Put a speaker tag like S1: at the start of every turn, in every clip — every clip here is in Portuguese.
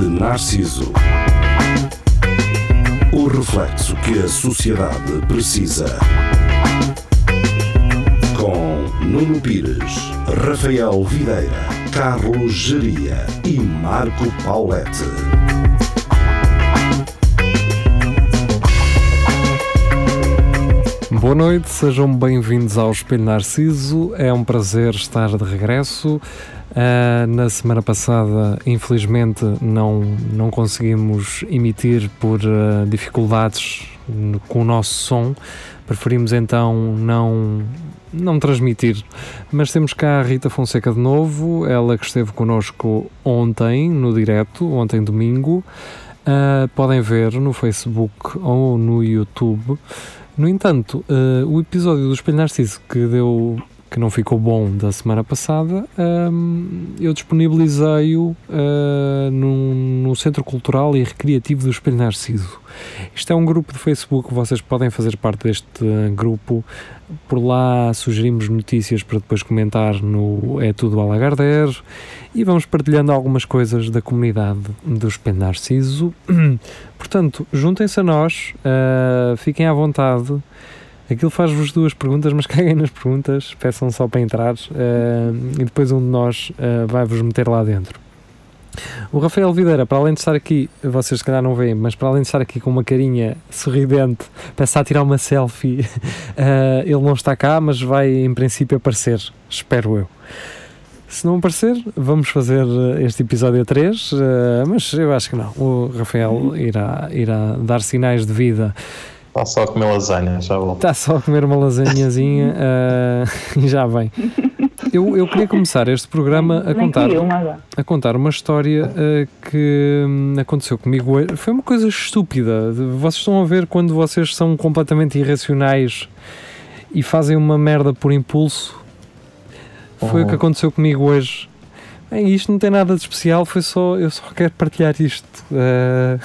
S1: Narciso. O reflexo que a sociedade precisa. Com Nuno Pires, Rafael Videira, Carlos Geria e Marco Paulette.
S2: Boa noite, sejam bem-vindos ao Espelho Narciso. É um prazer estar de regresso. Ah, na semana passada, infelizmente, não, não conseguimos emitir por ah, dificuldades no- com o nosso som. Preferimos então não, não transmitir. Mas temos cá a Rita Fonseca de novo, ela que esteve connosco ontem, no direto, ontem domingo. Ah, podem ver no Facebook ou no YouTube. No entanto, eh, o episódio do Espelho Narciso que deu que não ficou bom da semana passada, hum, eu disponibilizei-o eh, num- no, Centro Cultural e Recreativo do Espelho Narciso. Isto é um grupo de Facebook, vocês podem fazer parte deste eh, grupo. Por lá sugerimos notícias para depois comentar no É Tudo Alagarder e vamos partilhando algumas coisas da comunidade do Espelho Narciso. Portanto, juntem-se a nós, ah, fiquem à vontade. Aquilo faz-vos duas perguntas, mas caguem nas perguntas, peçam só para entrar ah, e depois um de nós ah, vai-vos meter lá dentro. O Rafael Videira, para além de estar aqui, vocês se calhar não veem, mas para além de estar aqui com uma carinha sorridente, pensar a tirar uma selfie, ah, ele não está cá, mas vai em princípio aparecer, espero eu. Se não aparecer, vamos fazer eh, este episódio a 3, mas eu acho que não. O Rafael irá, irá dar sinais de vida.
S3: Está Tá só a comer lasanha, já volto.
S2: Está só a comer uma lasanhazinha eh, e já vem. Eu, eu queria começar este programa a
S4: Nem
S2: contar,
S4: queria uma agora.
S2: a contar uma história eh, que hum, aconteceu comigo. hoje. Foi uma coisa estúpida. Vocês estão a ver quando vocês são completamente irracionais e fazem uma merda por impulso. Foi o que
S4: Oh.
S3: Uhum.
S2: aconteceu comigo hoje. Bem, isto não tem nada de especial, foi só. Eu só quero partilhar isto. Eh,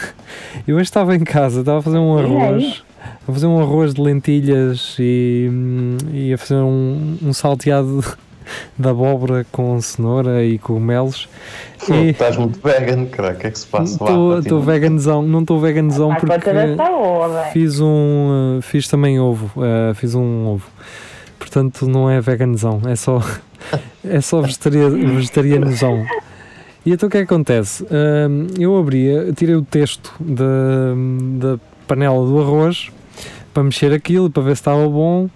S2: eu hoje estava em casa, estava a fazer um
S4: E aí?
S2: arroz. A fazer um arroz de lentilhas e, hum, e a fazer um, um salteado de abóbora com cenoura e cogumelos. E
S3: Estás muito vegan, cara. O que é que se passa lá?
S2: estou veganzão, não estou veganzão
S4: Vai
S2: Então, porque
S4: para essa hora.
S2: fiz um. eh, Fiz também ovo. eh, fiz um ovo. Portanto, não é veganizão, é só. É só vegetaria- vegetarianozão. E então o que é que acontece? Hum, eu abri, eu tirei o texto da, da panela do arroz para mexer aquilo e para ver se estava bom.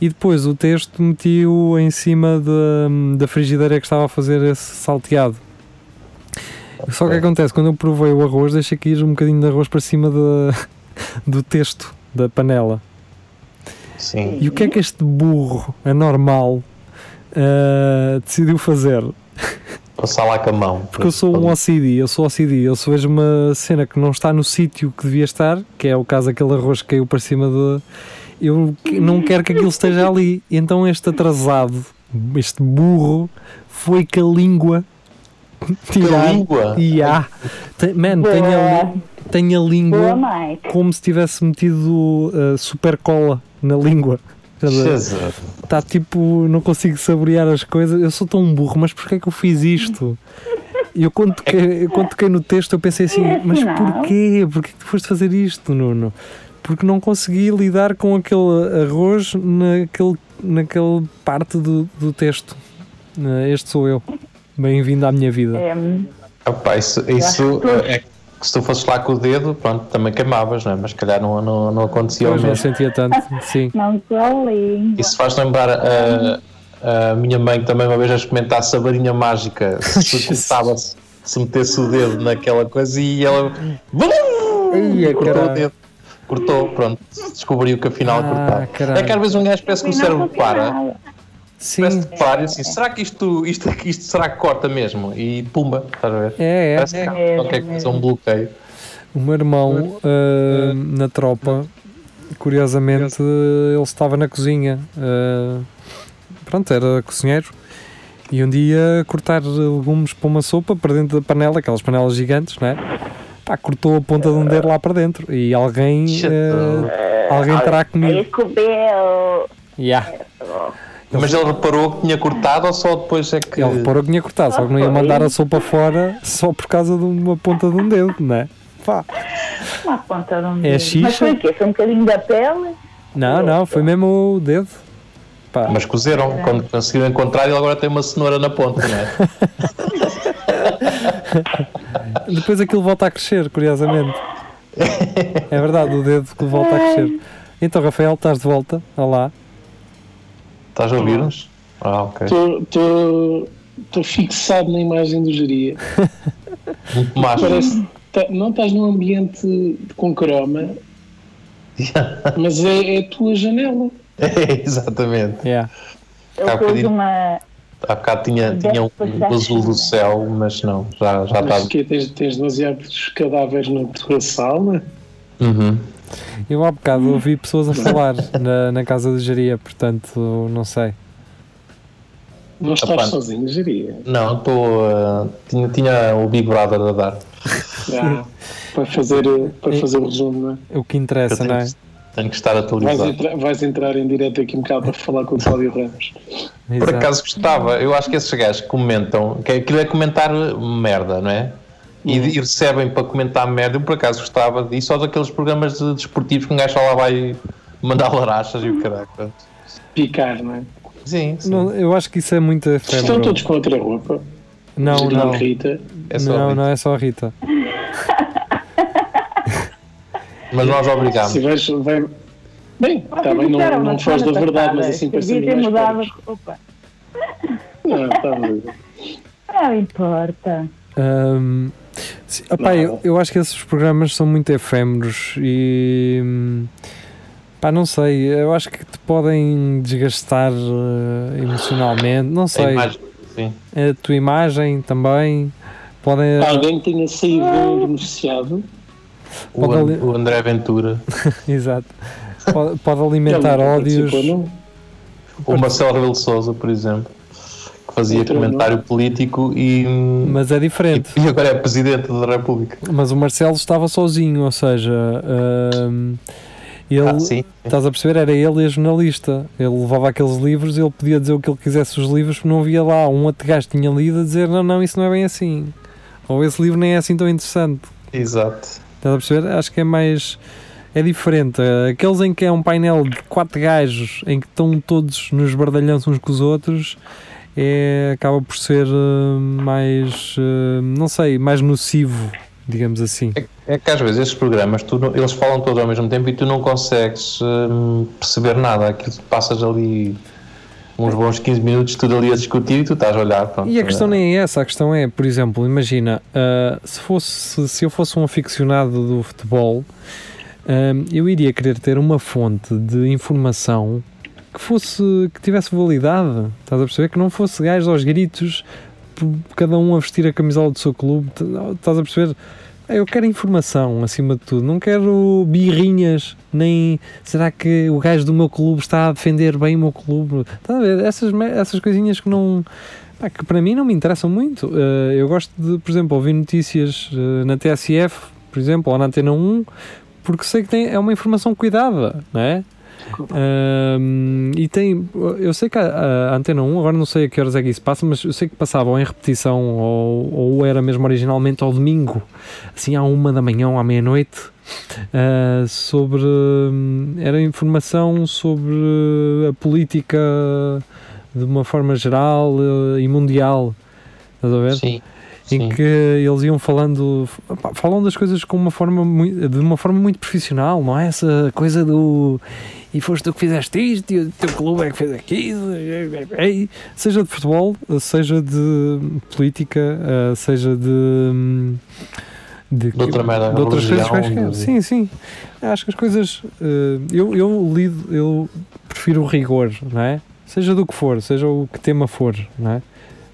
S2: E depois o texto meti-o em cima da, da frigideira que estava a fazer esse salteado. Só que o que acontece, quando eu provei o arroz, deixei cair um bocadinho de arroz para cima da, do texto da panela.
S3: Sim.
S2: E o que é que este burro anormal ah, decidiu fazer?
S3: Passar lá com a mão.
S2: Porque eu sou um OCD, eu sou OCD, eu só vejo uma cena que não está no sítio que devia estar, que é o caso daquele arroz que caiu para cima de. Eu que- não quero que aquilo esteja ali. E Então este atrasado, este burro, foi com a língua
S3: a
S2: tirar.
S3: língua.
S2: E há. Tem- Man, tem a,
S4: Boa,
S2: li- tem a
S4: boa
S2: língua
S4: Mike.
S2: como se tivesse metido ah, super cola na língua. Quer dizer,
S3: Jesus.
S2: Está tipo, não consigo saborear as coisas. Eu sou tão burro, mas porquê é que eu fiz isto? E eu quando toquei, eu quando toquei no texto, eu pensei assim, mas
S4: Não.
S2: porquê? Porquê que tu foste fazer isto, Nuno? Porque não consegui lidar com aquele arroz naquele, naquele parte do, do texto. Eh, Este sou eu. Bem-vindo à minha vida.
S4: É,
S3: Epá, isso isso é que se tu fosses lá com o dedo, pronto, também queimavas, não é? Mas se calhar não, não, não acontecia ao
S2: Pois é. não
S3: mesmo.
S2: sentia tanto, sim.
S4: não sou a língua.
S3: Isso faz lembrar a, a minha mãe que também uma vez a experimentar a varinha mágica. Se
S2: Jesus.
S3: cortava-se, se metesse o dedo naquela coisa e ela.
S2: Ia,
S3: cortou
S2: é caralho.
S3: o dedo. Cortou, pronto. Descobriu que afinal
S2: Ah,
S3: cortava.
S2: caralho.
S3: É que às vezes um gajo parece que o cérebro
S4: Não consegui
S3: para.
S4: nada.
S2: Sim.
S3: Parece que para e assim, será que isto, isto aqui isto será que corta mesmo? E pumba, estás a ver?
S2: É, é.
S3: Parece que há qualquer coisa, um bloqueio.
S2: O meu irmão ah, na tropa, curiosamente, ele estava na cozinha. ah, pronto, era cozinheiro. E um dia cortar legumes para uma sopa para dentro da panela, aquelas panelas gigantes, não é? Pá, cortou a ponta de um dedo lá para dentro. E alguém. eh,
S3: Shit.
S4: é
S2: ah, alguém terá comido.
S4: Ele comeu.
S2: Yeah.
S3: Mas ele reparou que tinha cortado ou só depois é que.
S2: Ele reparou que tinha cortado, só que não ia mandar a sopa fora só por causa de uma ponta de um dedo, não é? Pá.
S4: Uma ponta de um
S2: É
S4: dedo. Mas
S2: xixa?
S4: foi o quê? Foi um bocadinho da pele?
S2: Não, não, foi mesmo o dedo. Pá.
S3: Mas cozeram, quando conseguiram encontrar, ele agora tem uma cenoura na ponta, não é?
S2: Depois aquilo volta a crescer, curiosamente. É verdade, o dedo que volta a crescer. Então, Rafael, estás de volta? Olá.
S3: Estás a ouvir-nos? Ah, ok.
S5: Estou fixado na imagem do Jeria.
S3: Muito
S2: Ah.
S3: macho.
S5: Parece tá- não estás num ambiente com croma, mas é, é a tua janela.
S3: É, Exatamente.
S2: Yeah.
S4: Eu
S3: Tá,
S4: pus
S3: pedi-
S4: uma.
S3: Há bocado tinha, tinha um, um azul do céu, mas não, já
S2: Ah,
S3: já está.
S5: Mas que tens, tens demasiados cadáveres na tua sala?
S3: Uhum.
S2: Eu há bocado ouvi pessoas a falar na, na casa de Jaria, portanto, não sei.
S5: Não estás
S3: Epá.
S5: sozinho, Jeria.
S3: Não, estou. ah, tinha, tinha o Big Brother a dar.
S5: Ah, para fazer, para fazer o resumo, não é?
S2: O que interessa,
S3: Eu
S2: não
S3: tenho,
S2: é?
S3: que- tenho que estar
S5: vais,
S3: atualizado.
S5: entra- vais entrar em direto aqui um bocado para falar com o Cláudio Ramos.
S3: Por
S2: Exato.
S3: acaso gostava, eu acho que esses gajos que comentam, que aquilo é comentar merda, não é? E,
S2: Uhum.
S3: e recebem para comentar merda, eu por acaso gostava disso, ou daqueles programas de- desportivos que um gajo só lá vai mandar larachas e o caralho. pronto.
S5: Picar, não é?
S3: Sim, sim.
S2: Não, eu acho que isso é muito
S5: Estão
S2: efêmero.
S5: todos com outra roupa.
S2: Não,
S5: Jeria
S2: não.
S5: Rita.
S3: é só
S2: Não,
S3: isso.
S2: não é só a Rita.
S3: Mas nós
S5: Se
S3: obrigámos.
S5: vais, vai... Bem, está
S4: Vocês
S5: Tá bem, não,
S4: disseram
S5: não
S4: na
S5: te faz da
S4: semana
S5: verdade,
S4: passada
S5: mas assim
S4: que
S5: para
S4: devia
S5: ser
S4: ter
S5: mais
S4: mudado
S5: porcos.
S4: de roupa.
S5: Não, está bem.
S4: Não importa.
S2: Ahm, sim, opá, eu, eu acho que esses programas são muito efêmeros e hum, pá, não sei, eu acho que te podem desgastar eh, emocionalmente, não
S3: A
S2: sei,
S3: imagem, É sim.
S2: a tua imagem também podem
S4: Ah.
S3: Ah,
S5: Alguém que tenha saído bem beneficiado.
S3: O,
S2: Pode
S3: An-
S2: ali-
S3: o André Ventura,
S2: exato, pode, pode
S5: Ele
S2: alimentar
S5: não
S2: ódios.
S5: participou, não?
S3: o Marcelo Rebelo de Souza, por exemplo, que fazia
S5: Entrou,
S3: comentário político e,
S2: Mas é diferente.
S3: e agora é presidente da República.
S2: Mas o Marcelo estava sozinho, ou seja, ahm, ele,
S3: Ah, sim.
S2: Estás a perceber? Era ele e a jornalista. Ele levava aqueles livros e ele podia dizer o que ele quisesse os livros, não havia lá um outro gajo que tinha lido a dizer não, não, isso não é bem assim. Ou esse livro nem é assim tão interessante.
S3: Exato.
S2: Estás a perceber? Acho que é mais. É diferente. Eh, Aqueles em que é um painel de quatro gajos em que estão todos nos bardalhões uns com os outros, é, acaba por ser eh, mais. eh, não sei, mais nocivo, digamos assim.
S3: É que às vezes estes programas, tu não- eles falam todos ao mesmo tempo e tu não consegues hum, perceber nada. Aquilo que passas ali uns bons 15 minutos, tudo ali a discutir e tu estás a olhar. Pronto,
S2: E a questão nem é essa, a questão é, por exemplo, imagina, ah, se, fosse, se eu fosse um aficionado do futebol, ahm, eu iria querer ter uma fonte de informação que fosse, que tivesse validade, estás a perceber? Que não fosse gajos aos gritos, por- cada um a vestir a camisola do seu clube, t- estás a perceber? Eu quero informação, acima de tudo. Não quero birrinhas, nem será que o gajo do meu clube está a defender bem o meu clube. Estás a ver? Essas, me- essas coisinhas que não. Pá, que para mim não me interessam muito. Eh, eu gosto de, por exemplo, ouvir notícias eh, na TSF, por exemplo, ou na Antena 1, porque sei que tem, é uma informação cuidada, não é? Ahm, e tem, eu sei que a, a Antena 1, agora não sei a que horas é que isso passa, mas eu sei que passava ou em repetição ou, ou era mesmo originalmente ao domingo, assim à uma da manhã ou à meia-noite, ah, sobre. hum, era informação sobre a política de uma forma geral eh, e mundial. Estás a ver?
S3: Sim.
S2: é- em
S3: sim.
S2: que eles iam falando pá, falam das coisas com uma forma mui- de uma forma muito profissional não é essa coisa do e foste tu que fizeste isto e o teu clube é que fez aquilo Ei, seja de futebol seja de política eh, seja de hum, de,
S3: De outra merda,
S2: de outras coisas
S3: religião,
S2: quaisquer.
S3: de-
S2: sim sim acho que as coisas eh, eu, eu lido eu prefiro o rigor não é seja do que for seja o que tema for não é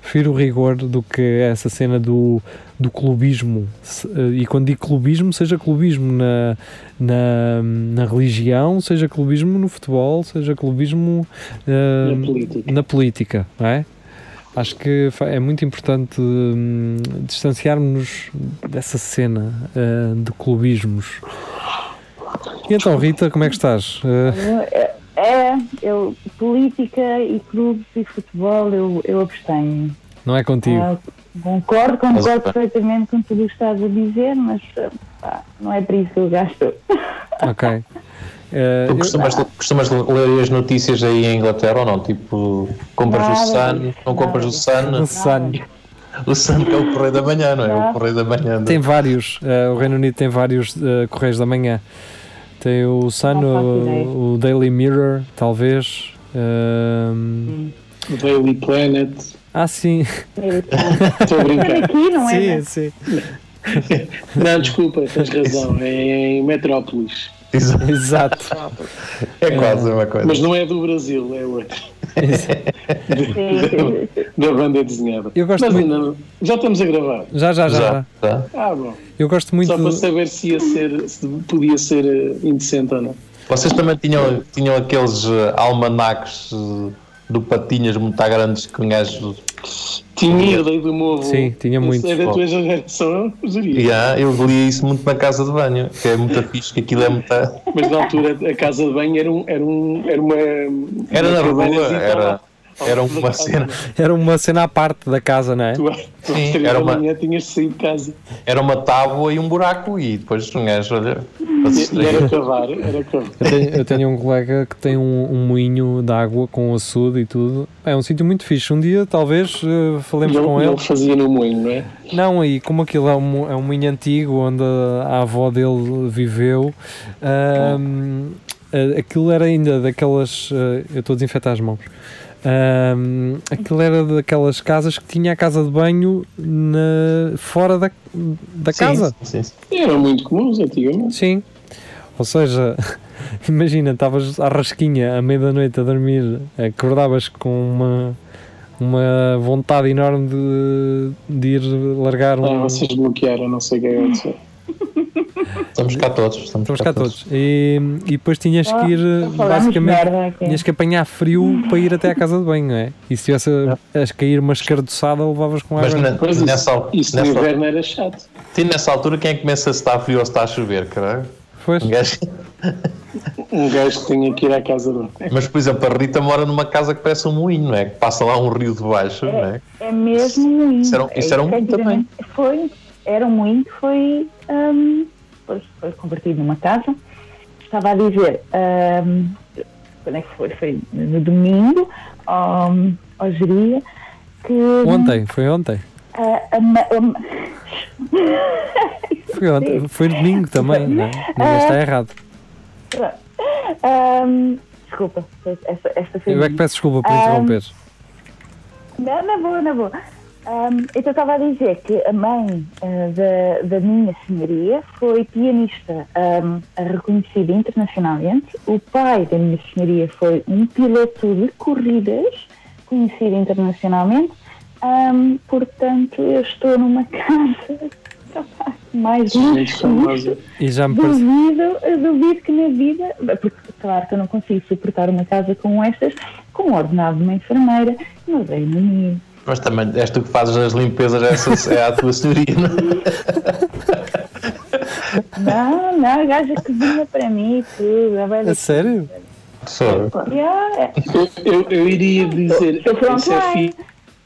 S2: prefiro o rigor do que essa cena do, do clubismo. Se- eh, E quando digo clubismo, seja clubismo na, na, na religião, seja clubismo no futebol, seja clubismo eh,
S5: Na política.
S2: na política, não é? Acho que fa- é muito importante hum, distanciarmos-nos dessa cena eh, de clubismos. E então, Rita, como é que estás? Eh,
S4: É, política, eu, política e clubes e futebol, eu, eu abstenho.
S2: Não é contigo.
S4: Ah, concordo,
S3: Mas,
S4: concordo
S3: pá.
S4: perfeitamente com tudo o que estás a dizer, mas pá, não é por isso que eu gasto.
S2: Ok. Eh,
S3: Tu
S2: eu-
S3: costumas,
S4: ah.
S3: costumas ler as notícias aí em Inglaterra ou não? Tipo, compras
S4: Nada
S3: o Sun,
S4: disso,
S3: não compras o
S2: não
S3: Sun,
S2: se sabe.
S3: o Sun que é o Correio da Manhã, não é? O
S4: Não.
S3: Correio da Manhã.
S2: Tem vários. eh, o Reino Unido tem vários eh, Correios da Manhã. Tem o Sun,
S4: Não faço ideia.
S2: o, o Daily Mirror, talvez. Ahm,
S4: Hum.
S5: O Daily Planet.
S2: ah, sim.
S5: Estou
S4: Mas
S5: a brincar.
S4: aqui, não é?
S2: sim, sim.
S5: Não, desculpa, tens razão. É em Metrópolis.
S3: Exato.
S2: Exato.
S3: É quase a mesma coisa.
S5: Mas não é do Brasil, é outro.
S4: Sim.
S5: Da banda desenhada.
S2: Eu gosto
S5: Mas
S2: muito-
S5: ainda não- já estamos a gravar.
S2: Já, já, já.
S3: Já,
S2: já.
S3: já.
S5: Ah, bom.
S2: Eu gosto muito.
S5: Só para
S2: do-
S5: saber se ia ser, se podia ser eh, indecente ou não.
S3: Vocês também tinham, tinham aqueles eh, almanacs eh, do Patinhas muito grandes que um gajo.
S5: Tinha herdei do meu avô.
S2: Sim, tinha
S5: Esse
S2: muitos.
S5: É da tua geração, eu diria.
S3: Já, ah, eu lia isso muito na casa de banho, que é muito fixe, que aquilo é muita.
S5: Mas na altura a casa de banho era, um, era, um, era uma. uma
S3: Era na rua,
S5: cadeirazita
S3: era,
S5: lá.
S3: era uma cena.
S2: Era uma cena à parte da casa, não é?
S5: Tu, tu
S3: Sim,
S5: às três
S3: era
S5: da
S3: uma-
S5: manhã tinhas de sair de casa.
S3: Era uma tábua e um buraco, e depois um gajo, olha. para se
S5: E, e
S3: distrair.
S5: era cavar, era cavar.
S2: Eu tenho, eu tenho um colega que tem um, um moinho de água com açude e tudo. É um sítio muito fixe. Um dia, talvez, eh, falemos
S5: E ele,
S2: com
S5: ele
S2: ele.
S5: fazia no moinho, não é?
S2: Não, e como aquilo é um, mo- é um moinho antigo onde a, a avó dele viveu, ahm, a- aquilo era ainda daquelas. ah, eu estou a desinfetar as mãos. Ahm, aquilo era daquelas casas que tinha a casa de banho na- fora da, da
S3: Sim,
S2: casa.
S3: sim, sim.
S5: Eram muito comuns antigamente.
S2: Sim. Ou seja, imagina, estavas à rasquinha à meia-da-noite a dormir, acordavas com uma, uma vontade enorme de, de ir largar
S5: Ah,
S3: Hum.
S2: um.
S5: vocês bloquearam, não sei o que é que
S3: Estamos cá todos. Estamos,
S2: Estamos cá todos. E, e depois tinhas que ir,
S4: Falamos
S2: basicamente,
S4: merda aqui.
S2: tinhas né, que é. apanhar frio para ir até à casa de banho, não é? E se tivesse a, a cair uma escardoçada, levavas com
S3: Mas
S2: água. é?
S3: na-
S5: Pois isso,
S3: nessa, al-
S5: isso no
S3: nessa-
S5: inverno era chato.
S3: sim, nessa altura, quem é que começa se está frio ou se está a chover, caralho?
S2: Pois,
S3: Um gajo-
S5: Um gajo que tinha que ir à casa É do.
S3: Mas, por exemplo, a Rita mora numa casa que parece um moinho, não é? Que passa lá um rio de baixo, não é?
S4: É mesmo muito. É,
S3: Isso era- isso era um muito também.
S4: Foi, era um muito, foi, hum, foi, foi convertido numa casa. Estava a dizer, hum, quando é que foi? Foi no domingo, ao, ao geria, que ah,
S2: ontem, foi ontem.
S4: a- a ma- a ma-
S2: Foi ontem, foi domingo também, não é? Ninguém está errado.
S4: hum, desculpa, esta, esta foi
S2: Eu é que
S4: minha.
S2: peço desculpa por
S4: Ah,
S2: interromper.
S4: Não, na boa, na boa. Ahm, então estava a dizer que a mãe ah, da, da minha senhoria foi pianista ahm, reconhecida internacionalmente. O pai da minha senhoria foi um piloto de corridas conhecido internacionalmente. Ahm, portanto, eu estou numa casa mais um
S5: Muito famosa.
S2: E já me parece.
S4: Duvido, eu duvido que na vida, porque claro que eu não consigo suportar uma casa como estas, com um ordenado de uma enfermeira, no Reino Unido.
S3: Mas também és tu que fazes as limpezas, essa é a tua senhoria, não é?
S4: Não, não, a gaja cozinha para mim e tudo. A velha... "Ah,
S2: A sério?
S3: Só.
S4: Yeah,
S5: Eu, eu, eu iria dizer
S4: Eu- eu pronto,
S5: isso é
S4: vai.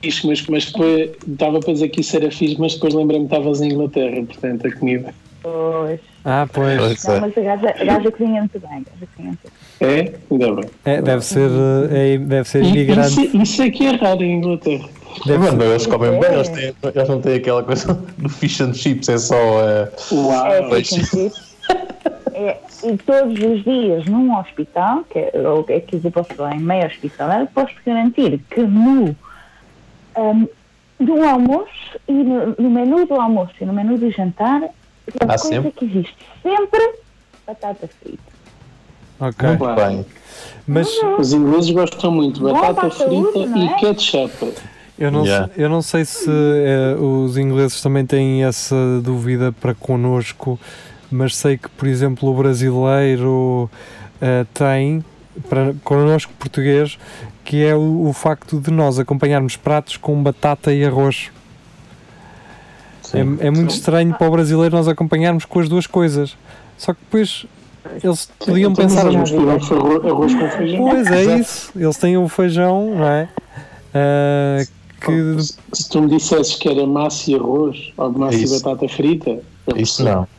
S5: fixe, mas, mas depois estava para dizer que isso era fixe, mas depois lembrei-me que estavas em Inglaterra, portanto a comida.
S4: pois.
S2: Ah, pois.
S3: é.
S4: Não, mas a gaja, a gaja cozinha muito bem. A gaja cozinha muito bem.
S5: É? Ainda bem.
S2: É, deve ser, eh, é, deve ser
S5: E-
S2: imigrante.
S5: Isso, isso é que é raro em Inglaterra.
S2: Deve
S3: Mano,
S2: ser.
S3: eles comem bem, eles, têm- eles não têm aquela coisa do fish and chips, é só. eh,
S5: Uau!
S4: É
S3: pois.
S4: fish and chips. É, e todos os dias num hospital, que é, ou é que eu posso falar em meio hospitalar, posso garantir que no, ahm, no almoço e no, no menu do almoço e no menu do jantar, é uma
S3: Há
S4: coisa
S3: sempre?
S4: que existe sempre batata frita.
S2: Ok.
S5: Uau.
S3: Bem,
S2: Mas
S5: Os ingleses gostam muito de
S4: Bom para
S5: batata
S4: a saúde,
S5: frita
S4: não é?
S5: e ketchup.
S2: eu não,
S3: Yeah.
S2: eu não sei se eh, os ingleses também têm essa dúvida para connosco, mas sei que, por exemplo, o brasileiro eh, tem, para, connosco português, que é o, o facto de nós acompanharmos pratos com batata e arroz. É, é muito estranho para o brasileiro nós acompanharmos com as duas coisas. Só que depois Eles podiam
S5: Então,
S2: pensar.
S5: mas vamos misturar ferro- arroz com feijão.
S2: Pois é
S5: Exato.
S2: isso. Eles têm um feijão, não é? Ah, que
S5: Se- Se tu me dissesses que era massa e arroz, ou massa
S3: Isso.
S5: e batata frita, eu
S3: Isso
S5: percebo.
S3: não.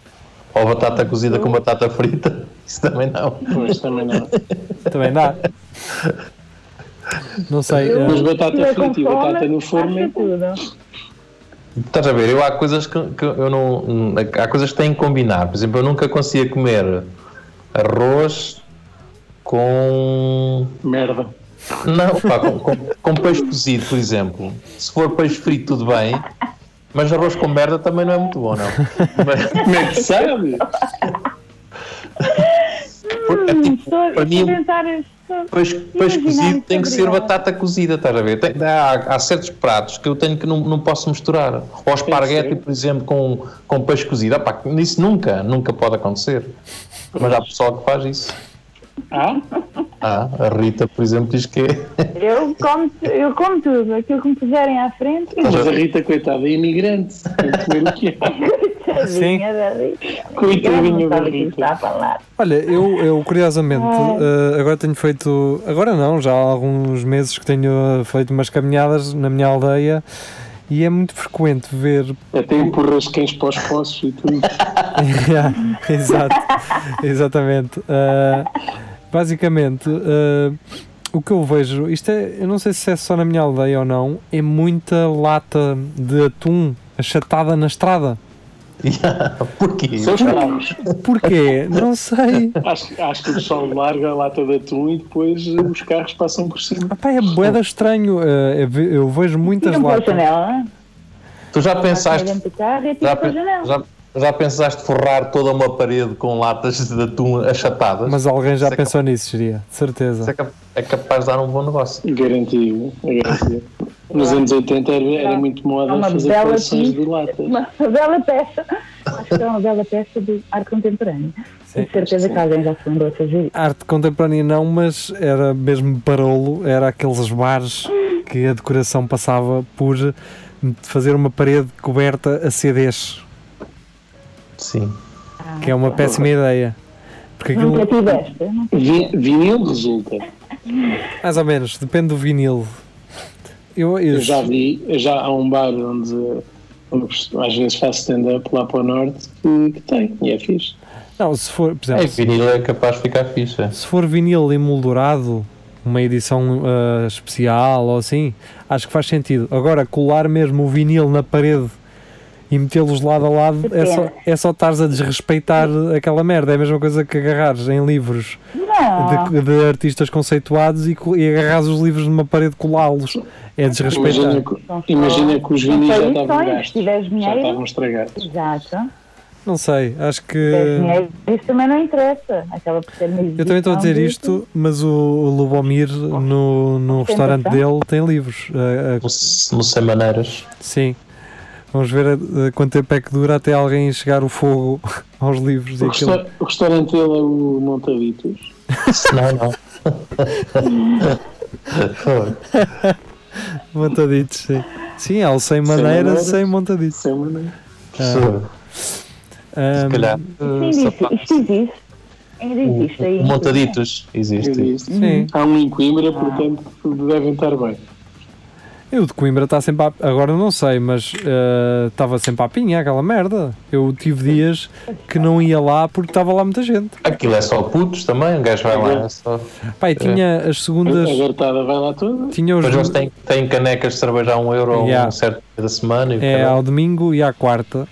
S3: Ou batata cozida com batata frita. Isso também não.
S5: Pois também não.
S2: também dá. Não sei. ah,
S5: É. Mas
S4: Se tiver
S5: batata
S4: com
S5: frita e
S4: fome,
S5: batata no forno é
S4: faz-se
S5: bom.
S4: tudo.
S3: Estás a ver? Eu, há coisas que, que eu não. hum, Há coisas que têm que combinar. Por exemplo, eu nunca conseguia comer arroz com.
S5: Merda.
S3: Não, pá, com, com- com peixe cozido, por exemplo. Se for peixe frito, tudo bem. Mas arroz com merda também não é muito bom, não. Mas,
S5: Como é que sabe?
S3: por- é
S4: Hum,
S3: tipo,
S4: estou
S3: para mim,
S4: estou a pensar. estou-
S3: Peixe, peixe
S4: Imaginar
S3: cozido
S4: isso
S3: tem que ser
S4: obrigada.
S3: batata cozida, estás a ver? Tem- há, há certos pratos que eu tenho que não, não posso misturar. Ou esparguete,
S5: ser.
S3: por exemplo, com, com peixe cozido. Ah, pá, isso nunca, nunca pode acontecer. Mas há pessoal que faz isso.
S5: Ah?
S3: Ah, a Rita, por exemplo, diz que é.
S4: Eu como, tu- eu como tudo, aquilo que me puserem à frente.
S5: Mas a Rita, coitada, é imigrante. Tem que comer o que é.
S4: Coitadinha da Rita.
S5: Coitadinha
S4: Ela não
S5: da
S4: sabe o que
S5: Rita.
S4: está a falar.
S2: Olha, eu, eu curiosamente eh, agora tenho feito, agora não, já há alguns meses que tenho eh, feito umas caminhadas na minha aldeia e é muito frequente ver.
S5: Até empurras quem para os poços e tudo.
S2: Yeah, exato, exatamente. Eh, basicamente, eh, o que eu vejo, isto é, eu não sei se é só na minha aldeia ou não, é muita lata de atum achatada na estrada.
S3: Porquê?
S5: São os carros.
S2: Porquê? Não sei.
S5: Acho, acho que o pessoal larga a lata de atum e depois eh, os carros passam por cima.
S2: Epá, é boeda estranho. eh, eu ve- eu vejo muitas
S4: Tiram pela
S2: latas.
S4: janela, não é?
S3: Tu já
S4: Olham
S3: pensaste.
S4: para o carro e
S3: Já,
S4: tiram pela
S3: pe-
S4: janela.
S3: já, já pensaste forrar toda uma parede com latas de atum achatadas?
S2: Mas alguém já
S3: Isso é
S2: pensou nisso, seria, de
S3: Isso é
S2: certeza.
S3: cap- é capaz de dar um bom negócio.
S5: Garantido, é garantido. Nos anos 80 era, era muito moda
S4: É uma
S5: fazer
S4: bela
S5: coleções
S4: pizza.
S5: de latas.
S4: Uma bela peça. Acho que é uma bela peça do ar contemporâneo. Tenho certeza que alguém já se lembrou de fazer isso.
S2: Arte contemporânea não, mas era mesmo barolo, era aqueles bares que a decoração passava por hum, fazer uma parede coberta a CDs,
S3: Sim.
S2: que é
S3: Ah.
S2: uma péssima ideia. Porque
S4: Nunca
S2: aquilo,
S4: tiveste, né? não?
S5: Vi- Vinil resulta.
S2: mais ou menos, depende do vinil. Eu, eu-
S5: Eu já vi, eu já há um bar onde, onde às vezes faço stand-up lá para o norte que, que tem, e é fixe.
S2: não, se for, por
S3: É,
S2: exemplo,
S3: vinil é capaz de ficar ficha.
S2: se for vinil emoldurado, uma edição ah, especial ou assim, acho que faz sentido. Agora, colar mesmo o vinil na parede e metê-los lado a lado é só, é só estares a desrespeitar aquela merda. É a mesma coisa que agarrares em livros
S4: Não.
S2: de, de artistas conceituados e, co- e agarrares os livros numa parede e colá-los. É
S5: Imagina
S2: desrespeitar.
S5: que, imagina que os vinis já estavam
S4: São
S5: gastos, já
S4: edições, se tiveres dinheiro.
S5: estavam estragados.
S4: Exato.
S2: Não sei, acho
S4: Tiveres
S2: que.
S4: dinheiro, Isso também não interessa. Acaba por ser uma
S2: É. Eu também estou a
S4: exibição
S2: dizer
S4: de-
S2: isto, mas o, o Lubomir no, no restaurante dele tem livros. A- a
S3: Não se- não sei maneiras.
S2: Sim. Vamos ver eh, quanto tempo é que dura até alguém chegar o fogo aos livros e
S5: O,
S2: aquilo.
S5: resta- o restaurante dele é o Montaditos.
S3: Não, não.
S2: Montaditos, sim. Sim, há o sem maneira,
S5: maneiras.
S2: sem montaditos.
S5: Isso é uma-
S2: Ahm, eh,
S3: Se calhar.
S4: Sim,
S3: só
S4: isto, isto existe. Ainda existe aí.
S3: o Montaditos existe.
S5: existe.
S2: Sim. Ah.
S5: Há um em Coimbra, portanto devem estar bem.
S2: E o de Coimbra está sempre à... Agora não sei, mas eh, estava sempre à pinha, aquela merda. Eu tive dias que não ia lá porque estava lá muita gente.
S3: Aquilo é só putos também, um gajo vai lá. é só-
S2: Pai, tinha as segundas...
S5: A gartada vai lá toda.
S2: Tinha os...
S3: Depois eles têm, têm canecas de cerveja a um euro
S2: Yeah.
S3: um certo dia da semana. E o
S2: É,
S3: caralho.
S2: ao domingo e à quarta.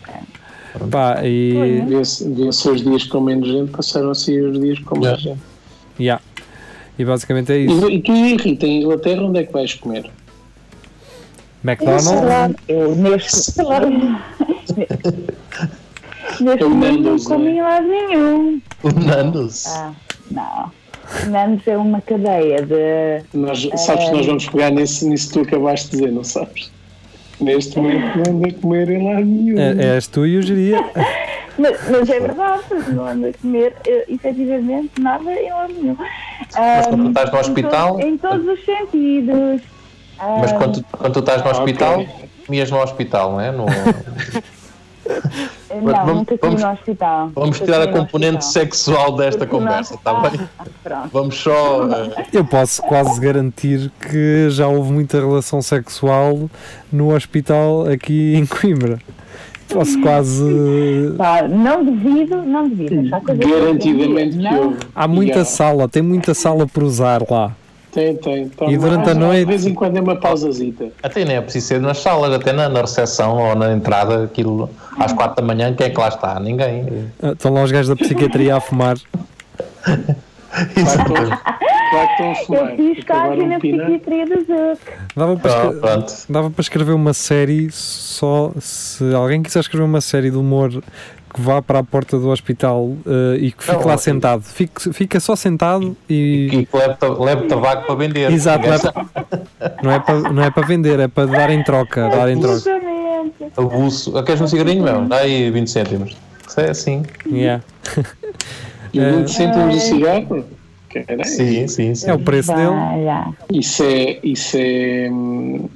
S2: Pá, e...
S5: Vê-se vê-se os dias com menos gente, passaram a ser os dias com mais gente.
S2: Yeah. E basicamente é isso.
S5: E, e tu e Rita, em Inglaterra, onde é que vais comer?
S3: Tá
S2: McDonald's...
S4: Eu neste. neste
S5: Eu
S4: momento não
S5: Nando's,
S4: comi
S5: né?
S4: em lado nenhum.
S3: O Nandos.
S4: Ah. Não. Nandos é uma cadeia de.
S5: Nós, sabes que nós vamos pegar nesse, nisso que tu acabaste de dizer, não sabes? Neste momento não anda a comer em lado nenhum.
S2: É, és tu e o geria.
S4: Mas, mas é verdade, não ando a comer eh, efetivamente nada em lado nenhum.
S3: Mas
S4: Ah,
S3: quando tu estás no
S4: em
S3: hospital-
S4: todo- Em todos os sentidos. Ah,
S3: Mas quando, quando tu estás no hospital, comias no hospital, não é? No,
S4: Não,
S3: Vamos-
S4: nunca fui
S3: vamos-
S4: no hospital.
S3: Vamos
S4: Nunca
S3: tirar a
S4: fui é no
S3: componente
S4: hospital.
S3: sexual desta
S4: Porque nós-
S3: conversa, está bem?
S4: Ah, pronto.
S3: Vamos só. eh,
S2: Eu posso quase garantir que já houve muita relação sexual no hospital aqui em Coimbra. Posso quase.
S4: Pá, não duvido, não duvido. Só coisas que eu
S5: Garantidamente
S4: aprendi.
S5: que
S4: Não,
S5: houve.
S2: Há muita
S5: Yeah.
S2: sala, tem muita sala por usar lá.
S5: Tem, tem. Tá
S2: E
S5: uma-
S2: durante a
S5: De
S2: noite-
S5: vez em quando é uma pausazita.
S3: até nem é preciso ser nas salas, até na, na recepção ou na entrada, aquilo às quatro da manhã, quem é que lá está? Ninguém.
S2: Ah, Estão lá os gajos da psiquiatria a fumar.
S5: Claro que estão- claro que estão a fumar.
S4: Eu fiz
S5: Acabaram
S2: um
S4: estágio
S5: de
S4: na
S5: pinar.
S4: psiquiatria do Zuc.
S2: Dava para,
S3: Então,
S2: escre-
S3: pronto.
S2: dava para escrever uma série só. Se alguém quiser escrever uma série de humor que vá para a porta do hospital eh, e que fique
S3: Não,
S2: lá
S3: eu-
S2: sentado, Fique- fica só sentado e.
S3: E que leve, ta- leve tabaco para vender.
S2: Exato,
S3: Ninguém sabe.
S2: Não é para, não é para vender, é para dar em troca. Dar em troca.
S4: Exatamente.
S3: Abuso. Ah, Queres um cigarrinho? Não, dá aí 20 cêntimos. Isso é assim.
S2: Yeah.
S5: E
S2: É.
S5: 20 cêntimos do cigarro? Caralho.
S3: Sim, sim, sim.
S2: É o preço dele.
S4: Vá,
S5: Isso é. Isso é, hum,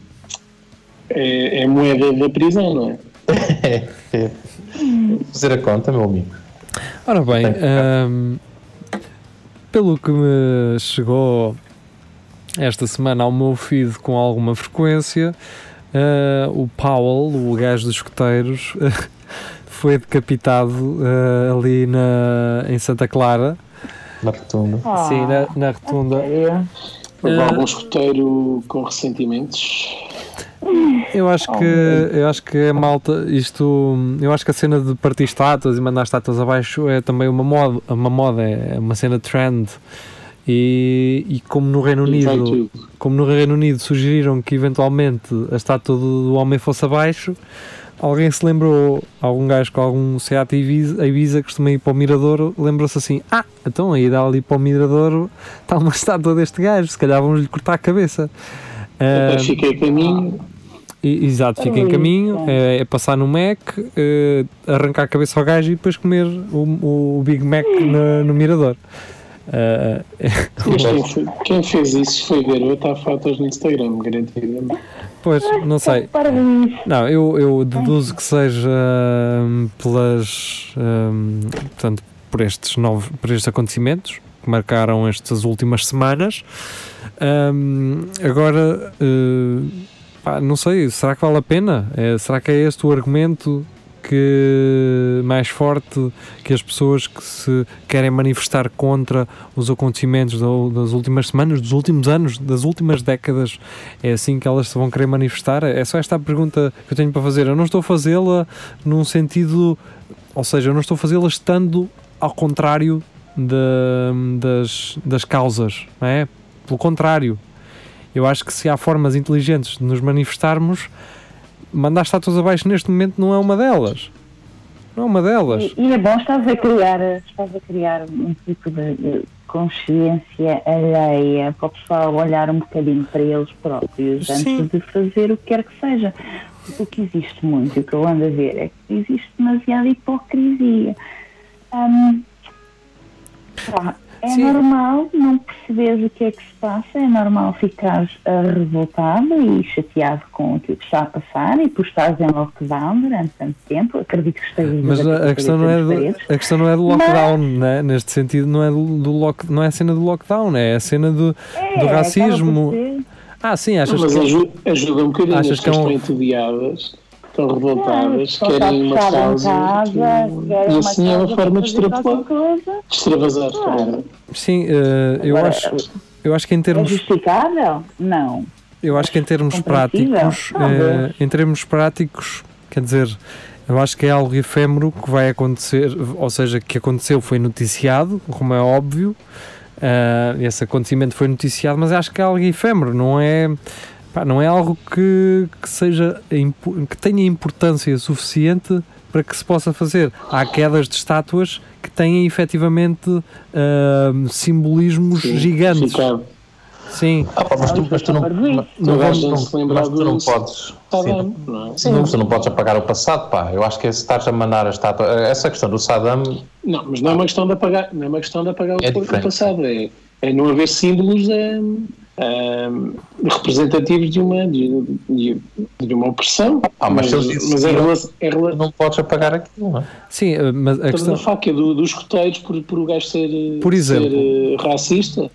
S5: é. é moeda da prisão, não é?
S3: É. Fazer a conta, meu amigo.
S2: Ora bem,
S3: Tem.
S2: ahm, pelo que me chegou esta semana ao meu feed com alguma frequência, ah, o Powell, o gajo dos escoteiros, foi decapitado ah, ali na, em Santa Clara,
S3: Na rotunda.
S4: já.
S2: sim, né? na, na
S4: Oh,
S2: rotunda.
S4: sério?
S5: Houve
S2: É.
S5: algum escoteiro com ressentimentos.
S2: Eu acho que eu acho que a malta, isto, eu acho que a cena de partir estátuas e mandar estátuas abaixo é também uma moda, uma moda é uma cena trend. E, e como no Reino
S5: E vai
S2: Unido,
S5: tudo.
S2: como no Reino Unido sugeriram que eventualmente a estátua do, do homem fosse abaixo, alguém se lembrou, algum gajo com algum Seat Ibiza, Ibiza que costuma ir para o Miradouro, lembrou-se assim: ah, então aí dá ali para o Miradouro está uma estátua deste gajo, se calhar vamos lhe cortar a cabeça. Ah,
S5: Até fiquei a caminho.
S2: e- Exato, fica em
S4: Ui,
S2: caminho,
S4: bom.
S2: é, é passar no Mac, eh, arrancar a cabeça ao gajo e depois comer o, o Big Mac na- no mirador. Eh,
S5: Mas quem, fe- quem fez isso foi garota a fotos no Instagram, garantidamente.
S2: pois, não sei.
S4: Para isso.
S2: Não, eu, eu deduzo que seja hum, pelas. hum, portanto, por estes, novos, por estes acontecimentos que marcaram estas últimas semanas. Hum, agora, eh, pá, não sei, será que vale a pena? Eh, será que é este o argumento que mais forte que as pessoas que se querem manifestar contra os acontecimentos da- das últimas semanas, dos últimos anos, das últimas décadas é assim que elas se vão querer manifestar? É só esta a pergunta que eu tenho para fazer. Eu não estou a fazê-la num sentido, ou seja, eu não estou a fazê-la estando ao contrário da- das, das causas, não é? Pelo contrário, eu acho que se há formas inteligentes de nos manifestarmos, mandar estátuas abaixo neste momento não é uma delas. Não é uma delas.
S4: E, e é bom, estás a criar, estás a criar um tipo de, de consciência alheia para o pessoal olhar um bocadinho para eles próprios
S2: Sim.
S4: antes de fazer o que quer que seja. O que existe muito e o que eu ando a ver é que existe demasiada hipocrisia. Hum, pá, é
S2: Sim.
S4: normal não perceberes o que é que se passa, é normal ficares ah, revoltado e chateado com o que está a passar e por estares em lockdown durante tanto tempo. Acredito que estejas
S2: Mas a, a questão não é
S4: diferentes.
S2: do, a questão não é do
S4: Mas-
S2: lockdown, né? neste sentido, não é, do, do lock, não é a cena do lockdown, é a cena do, do
S4: É, acaba
S2: racismo.
S4: por ser.
S2: Ah, sim, achas
S5: Mas
S2: que.
S5: ajuda, ajuda um bocadinho. As
S2: Achas
S5: pessoas
S2: que é um-
S5: estão entediadas, estão
S4: Claro,
S5: revoltadas,
S4: só está
S5: querem uma
S4: fechado em
S5: causa.
S4: casa, querem
S5: E
S4: uma
S5: assim é uma
S4: causa
S5: forma de
S4: para fazer qualquer
S5: extrapolar,
S4: coisa.
S5: de extravasar. cara.
S2: Sim, eh, eu,
S4: Agora,
S2: acho, eu acho que em
S4: É
S2: termos,
S4: justificável? Não.
S2: eu acho que em termos
S4: compreensível?
S2: práticos,
S5: é um
S2: eh,
S4: Talvez.
S2: em termos práticos, quer dizer, eu acho que é algo efêmero que vai acontecer, ou seja, que aconteceu foi noticiado, como é óbvio, eh, esse acontecimento foi noticiado, mas acho que é algo efêmero, não é, pá, não é algo que, que seja impo- que tenha importância suficiente para que se possa fazer. Há quedas de estátuas que têm efetivamente eh, simbolismos
S5: Sim,
S2: gigantes.
S5: Ficado.
S2: Sim,
S3: Ah, pá, mas, tu, mas tu não,
S4: Vamos para
S3: mas,
S5: Não
S3: mas
S5: vais
S3: tu não-
S5: se lembrar
S3: mas tu não
S5: do-
S3: podes.
S5: Está
S3: sim.
S5: bem, não é?
S3: Sim, mas tu Tá não podes apagar o passado, pá. Eu acho que é se estás a mandar a estátua. Essa questão do Saddam,
S5: Não, mas não é uma questão de apagar, não é uma questão de apagar o-
S3: É
S5: o
S3: diferente.
S5: passado, é, é não haver símbolos a, ahm, representativos de uma, de, de- de uma opressão.
S3: Ah, mas
S5: mas
S3: se eles dissessem-
S5: mas é rela- é rela-
S3: Não podes apagar aquilo, não é?
S2: Sim, eh, mas a
S5: Estamos
S2: questão.
S5: na faca do- dos escoteiros por, por o gajo ser, eh,
S2: Por exemplo.
S5: ser, eh, racista.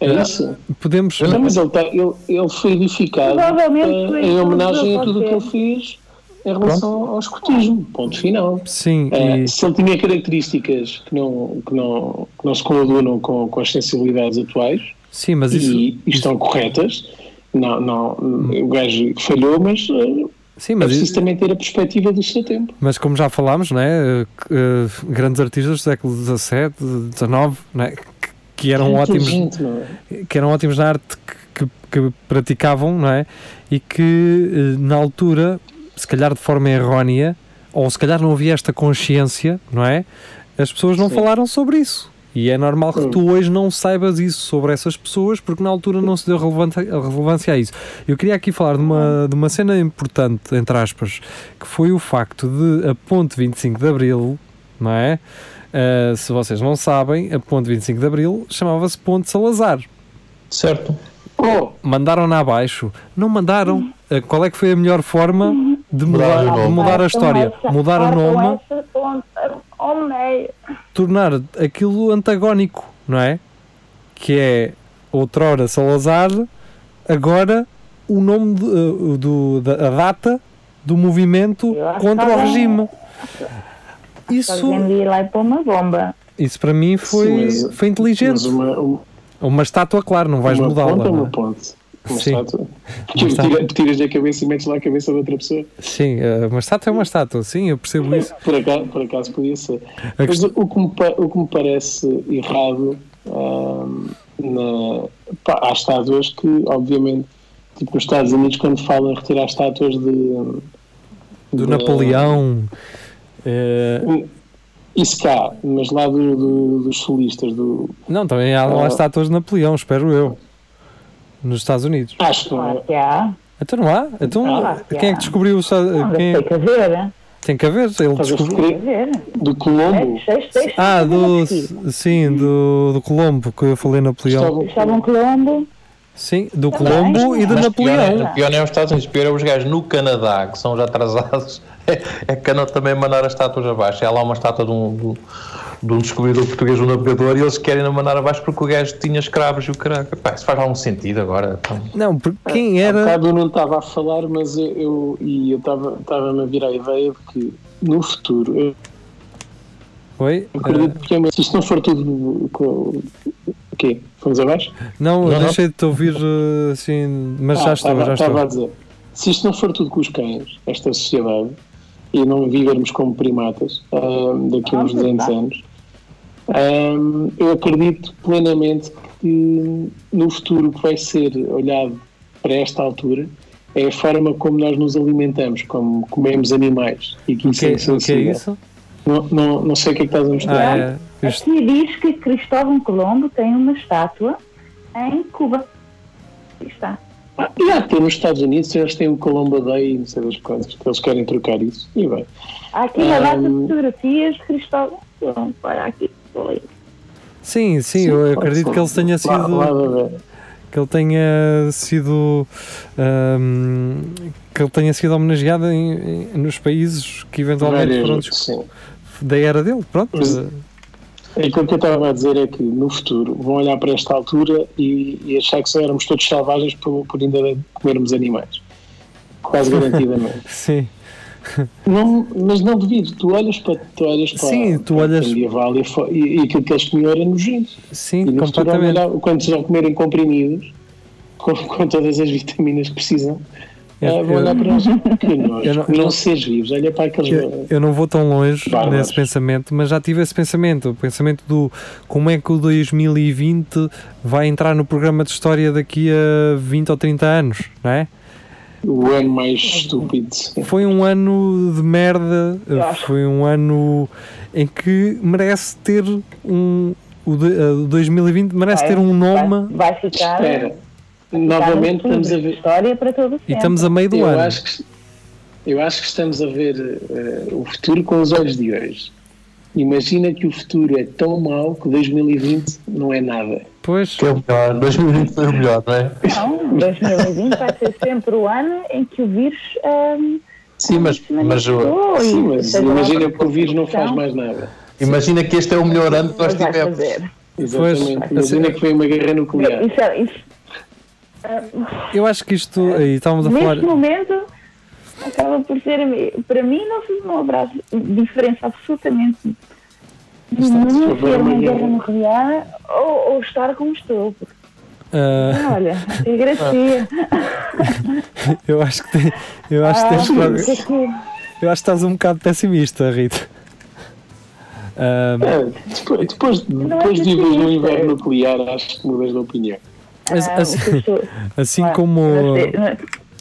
S5: É isso.
S2: Podemos.
S5: Não, mas ele, tá- ele- ele foi edificado
S4: Provavelmente
S5: eh,
S4: foi
S5: em
S2: então
S4: tudo
S5: homenagem a
S4: para
S5: tudo o que ele
S4: você.
S5: fez em relação ao escotismo. Ponto final.
S2: Sim,
S5: Eh,
S2: e-
S5: se ele tinha características que não, que não, que não se coadunam com, com as sensibilidades atuais
S2: sim, mas isso.
S5: e, é e estão corretas, não, não, o gajo falhou, mas eh,
S2: Sim,
S5: é
S2: mas
S5: preciso
S2: isso.
S5: também ter a perspectiva do seu tempo.
S2: Mas como já falámos, não é? Eh, que, eh, grandes artistas do século XVII, XIX, não é? que, que eram ótimos,
S5: Inteligente, não é?
S2: que eram ótimos na arte que, que- que praticavam, não é? E que eh, na altura, se calhar de forma errónea, ou se calhar não havia esta consciência, não é? As pessoas não
S5: Sim.
S2: falaram sobre isso. E é normal que
S5: Hum.
S2: tu hoje não saibas isso sobre essas pessoas, porque na altura não se deu relevante- relevância a isso. Eu queria aqui falar de uma, de uma cena importante, entre aspas, que foi o facto de a Ponte 25 de Abril, não é? Eh, se vocês não sabem, a Ponte 25 de Abril chamava-se Ponte Salazar
S3: Certo.
S5: Oh,
S2: mandaram-na abaixo. Não mandaram. Eh, Qual é que foi a melhor forma de mudar,
S3: Mudar o nome.
S2: de mudar a história? Mudar o nome,
S4: Homem.
S2: tornar aquilo antagónico, não é? Que é outrora Salazar, agora o nome, de, eh, do, da, a data do movimento
S4: Eu acho
S2: contra o
S4: que tá
S2: regime. Isso,
S4: Alguém de ir lá e pôr uma bomba.
S2: isso para mim foi,
S5: Sim, mas-
S2: foi
S5: mas
S2: inteligente.
S5: uma, uma-
S2: Uma estátua, claro, não vais
S5: uma
S2: mudá-la.
S5: ponta é
S2: não
S5: uma
S2: é?
S5: ponte. Uma
S2: Sim.
S5: estátua. Tu
S2: estátua.
S5: tira- tu tiras da cabeça e metes lá a cabeça de outra pessoa.
S2: Sim, eh, uma estátua é uma estátua, sim, eu percebo isso.
S5: Por acaso, por acaso podia ser.
S2: A
S5: Mas o que me, pa- o que me parece errado ahm, na, pá, há estátuas que, obviamente, tipo nos Estados Unidos, quando falam em retirar estátuas de.
S2: do
S5: de-
S2: Napoleão. eh,
S5: Isso cá, mas lá do- do- dos solistas, do,
S2: não, também há lá
S5: Ah.
S2: estátuas de Napoleão, espero eu. Nos Estados Unidos.
S5: acho que não
S4: Claro
S5: é.
S4: que há.
S2: Então não há? Então
S4: Ah,
S2: quem é
S4: há.
S2: que descobriu o
S4: Não,
S5: Ah,
S2: Estado.
S4: mas
S2: Quem...
S4: tem que haver.
S2: Tem que haver. Ele
S5: Estás a
S2: descobriu.
S4: Tem que
S5: referir
S4: haver. Né?
S5: do Colombo.
S4: Seis, seis, seis,
S2: Ah,
S4: seis,
S2: do.
S4: seis, seis.
S2: Sim, do, do Colombo, que eu falei Napoleão.
S5: Estavam-
S4: Estavam Colombo.
S2: Sim, do
S4: Também.
S2: Colombo e do
S3: Mas
S2: Napoleão.
S3: Pior, é- pior não é os Estados Unidos, pior é os gajos no Canadá, que são já atrasados. É, é que andam também a mandar as estátuas abaixo. Há lá uma estátua de um, de um- de um descobridor português, um navegador, e eles querem a mandar abaixo porque o gajo tinha escravos e o caraca. Pá, isso faz algum sentido agora. Então,
S2: Não, porque quem
S5: Há
S2: era.
S5: bocado eu não estava a falar, mas eu, eu, e eu estava- estava-me a vir à ideia de que no futuro, eu
S2: Oi? Eh,
S5: acredito que é- se isto não for tudo. com- O quê? Vamos abaixo?
S2: Eh, não, eu
S3: Não, não.
S2: deixei de te ouvir eh, assim, mas já
S5: Ah,
S2: estou,
S5: estava,
S2: já
S5: estava a
S2: estou.
S5: dizer. Se isto não for tudo com os cães, esta sociedade, e não vivermos como primatas ahm, daqui a uns
S4: Ah,
S5: 200
S4: tá.
S5: anos, ahm, eu acredito plenamente que no futuro o que vai ser olhado para esta altura é a forma como nós nos alimentamos, como comemos animais. E que
S2: O
S5: isso
S2: que,
S5: é
S2: é- o que é
S5: insensível.
S2: isso?
S5: Não, não, não sei o que é que estás a mostrar.
S2: Ah, é. Isto-
S4: Aqui diz que Cristóvão Colombo tem uma estátua em Cuba. Aqui está.
S5: Ah, E há até nos Estados Unidos, eles têm o Colombo Day e não sei das coisas, que eles querem trocar isso. E bem.
S4: Há aqui uma data
S5: Ahm.
S4: de fotografias de Cristóvão Colombo. Olha aqui. vou ler.
S2: Sim, sim, eu acredito que ele tenha sido.
S5: Lá- lá vai ver.
S2: que ele tenha sido hum, que ele tenha sido homenageado em- em- nos países que eventualmente
S5: Várias-
S2: foram des-
S5: sim.
S2: da era dele, pronto
S5: Mas- Aquilo que eu estava a dizer é que no futuro vão olhar para esta altura e, e achar que só éramos todos selvagens por, por ainda comermos animais. Quase garantidamente.
S2: sim,
S5: não, mas não devido, tu olhas para, tu olhas para,
S2: Sim, tu
S5: para
S2: olhas-
S5: o medieval e, fo- e, e aquilo que eles comiam era nojento. E
S2: sim,
S5: no futuro, ao
S2: completamente
S5: melhor, quando se vão comerem comprimidos, com, com todas as vitaminas que precisam,
S2: Eu-
S5: eh, vão
S2: É, eu-
S5: olhar para nós. Que nós,
S2: Eu não-
S5: não, seres vivos, olha para aqueles.
S2: eu, eu não vou tão longe
S5: Bárbaros.
S2: nesse pensamento, mas já tive esse pensamento o pensamento do como é que o 2020 vai entrar no programa de história daqui a 20 ou 30 anos, não é?
S5: O ano mais estúpido.
S2: Foi um ano de merda,
S4: Claro.
S2: foi um ano em que merece ter um. O de- o 2020 merece
S4: Vai,
S2: ter um nome
S4: Ah, é? Vai, vai ficar.
S5: Espera.
S4: ficar
S5: Novamente
S4: nos livros
S5: estamos a
S4: de
S5: ver.
S4: História para todo
S2: e estamos a meio do
S5: Eu
S2: ano.
S5: acho que, eu acho que estamos a ver eh, o futuro com os olhos de hoje. Imagina que o futuro é tão mau que 2020 não é nada.
S2: Pois,
S3: Que é o melhor. 2020 foi o melhor, não é?
S4: Não, 2020 vai ser sempre o ano em que o vírus ahm,
S3: Sim, mas,
S4: se
S3: mas o-
S4: manifestou.
S5: Sim,
S4: e
S5: mas
S4: seja lá
S5: imagina
S4: qual
S5: que o vírus não faz
S4: Então,
S5: mais nada.
S3: imagina que este é o melhor ano que nós
S4: Mas vai
S3: tivemos.
S4: fazer.
S5: Exatamente.
S2: Pois,
S5: imagina
S2: assim-
S5: que foi uma guerra nuclear.
S4: Isso, é- isso-
S2: eu acho que isto.
S4: É.
S2: E estávamos a falar.
S4: neste momento acaba por ser para mim não, não haverá diferença absolutamente nenhuma
S5: sobre
S4: ter uma
S5: uma
S4: guerra
S5: guerra.
S4: nuclear ou, ou estar como estou. Porque,
S2: ah,
S4: olha, que gracia.
S2: eu acho que tem- eu acho que tens
S4: Ah,
S2: prog-
S4: que é que-
S2: eu acho que estás um bocado pessimista, Rita.
S4: É.
S2: Ah,
S5: Ah, depois depois, depois de vives no inverno nuclear, acho que mudas de opinião.
S2: mas,
S4: ah,
S2: assim,
S4: o que eu sou-
S2: assim
S4: Ah,
S2: como
S4: não sei, não-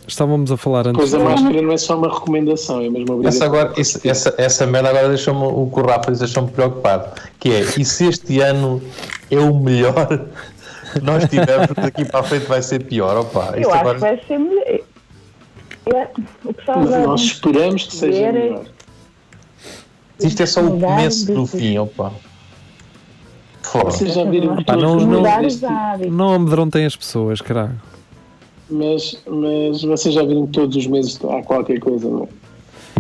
S2: estávamos a falar antes.
S5: Pois a máscara não é só uma recomendação, é mesmo uma
S3: Essa, agora, isso- essa, essa merda agora deixou-me, o que o Rafa disse deixou-me preocupado. Que é, e se este ano é o melhor que nós tivemos, daqui para a frente vai ser pior, opa.
S4: Eu
S3: Isto
S4: acho que
S3: agora,
S4: vai ser melhor. Eu- eu- O pessoal vai
S5: Nós esperamos que seja
S4: Tá ver-
S5: melhor.
S3: isto é só o
S4: mudar
S3: começo
S4: de-
S3: do fim, opa. Foda.
S5: Vocês já viram que
S2: Pá, não-
S5: todos
S2: não-
S4: Tá, mudar
S5: nós
S4: os
S5: deste-
S4: hábitos.
S2: Não amedrontem as pessoas, caralho.
S5: mas, mas vocês já viram que todos os meses há qualquer coisa, não é?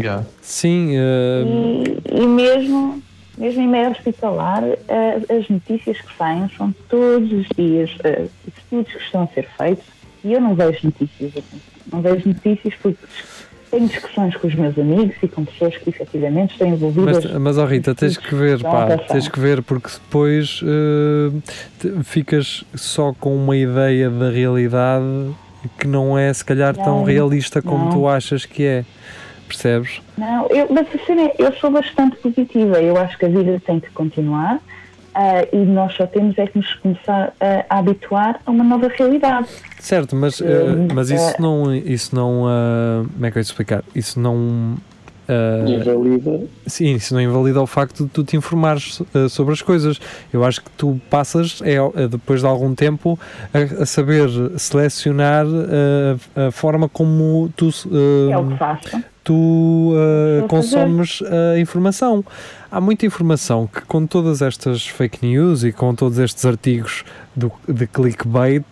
S3: Yeah.
S2: Sim, ah,
S4: E, e mesmo, mesmo em meio hospitalar, eh, as notícias que saem são todos os dias eh, estudos que estão a ser feitos e eu não vejo notícias. assim. Não vejo notícias porque tenho discussões com os meus amigos e com pessoas que efetivamente estão envolvidas.
S2: Mas, mas ó Rita, tens que ver, pá,
S4: Nossa,
S2: tens que ver, porque depois eh, te- ficas só com uma ideia da realidade que não é se calhar tão
S4: Não,
S2: realista como
S4: não.
S2: tu achas que é. Percebes?
S4: Não, eu, mas a cena é, eu sou bastante positiva. Eu acho que a vida tem que continuar ah, e nós só temos é que nos começar ah, a habituar a uma nova realidade.
S2: Certo, mas, eh,
S4: Hum,
S2: mas
S4: é.
S2: isso não. Isso não ah, como é que eu ia te explicar? Isso não. ah,
S5: Invalida.
S2: Sim, isso não invalida o facto de tu te informares eh, sobre as coisas. Eu acho que tu passas, é, eh, depois de algum tempo, a, a saber selecionar eh, a forma como tu, se- eh,
S4: É o que faço.
S2: tu eh,
S4: Vou fazer.
S2: consomes a informação. Há muita informação que, com todas estas fake news e com todos estes artigos do, de clickbait,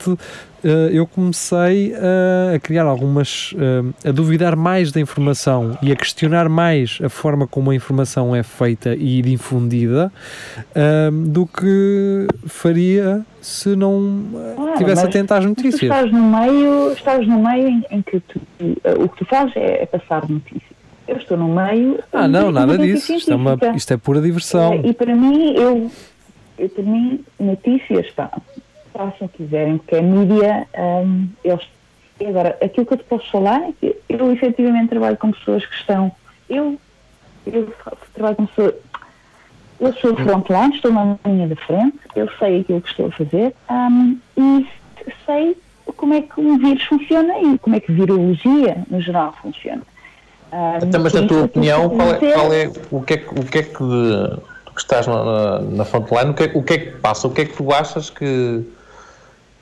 S2: eh, eu comecei eh, a criar algumas. eh, a duvidar mais da informação e a questionar mais a forma como a informação é feita e difundida eh, do que faria se não
S4: Ah,
S2: estivesse
S4: mas-
S2: atento às
S4: Tu
S2: notícias.
S4: estás no meio, estás no meio em, em que tu, eh, o que tu fazes é, é passar notícias. Eu estou no meio.
S2: Ah,
S4: de-
S2: não,
S4: de
S2: nada
S4: notícia
S2: disso. Isto é, uma-
S4: científica.
S2: isto é pura diversão.
S4: Eh, E para mim, eu, eu para mim, notícias, pá, façam o que quiserem, porque a mídia, ahm, eles. E agora, aquilo que eu te posso falar é que eu efetivamente trabalho com pessoas que estão. Eu, eu fa- trabalho com pessoas. Eu sou frontline, estou na linha de frente, eu sei aquilo que estou a fazer ahm, e sei como é que um vírus funciona e como é que virologia, no geral, funciona. Ahm,
S3: Então, mas
S4: e
S3: na tua
S4: isso tu
S3: opinião, qual é,
S4: conhecer-
S3: qual é- o que é que, o que, é que de- tu que estás na, na, na frontline, o que, é- o que é que passa? O que é que tu achas que, que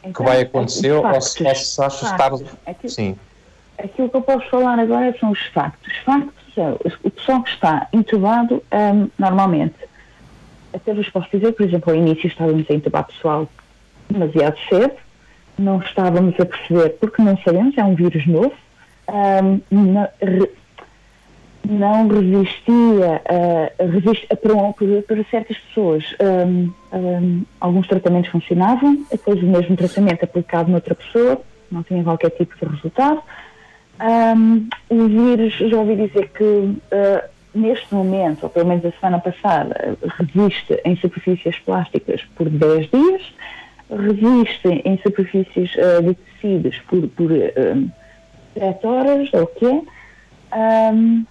S4: Então,
S3: vai acontecer?
S4: os
S3: Ou se, ou
S4: factos.
S3: se achas
S4: Factos. É
S3: estar.
S4: Aquilo-
S3: Sim.
S4: Aquilo que eu posso falar agora são os factos. Os factos é o pessoal que está entubado hum, normalmente. Até vos posso dizer, por exemplo, ao início estávamos a entubar pessoal demasiado cedo, não estávamos a perceber porque não sabemos, é um vírus novo, hum, não, re- não resistia, ah, resist, ah, para, um- para- para certas pessoas hum, hum, alguns tratamentos funcionavam, depois o mesmo tratamento aplicado noutra pessoa, não tinha qualquer tipo de resultado. Um, o vírus, já ouvi dizer que uh, neste momento, ou pelo menos a semana passada, resiste em superfícies plásticas por 10 dias, resiste em superfícies uh, de tecidos por, por um, 7 horas, ou o que é. Um,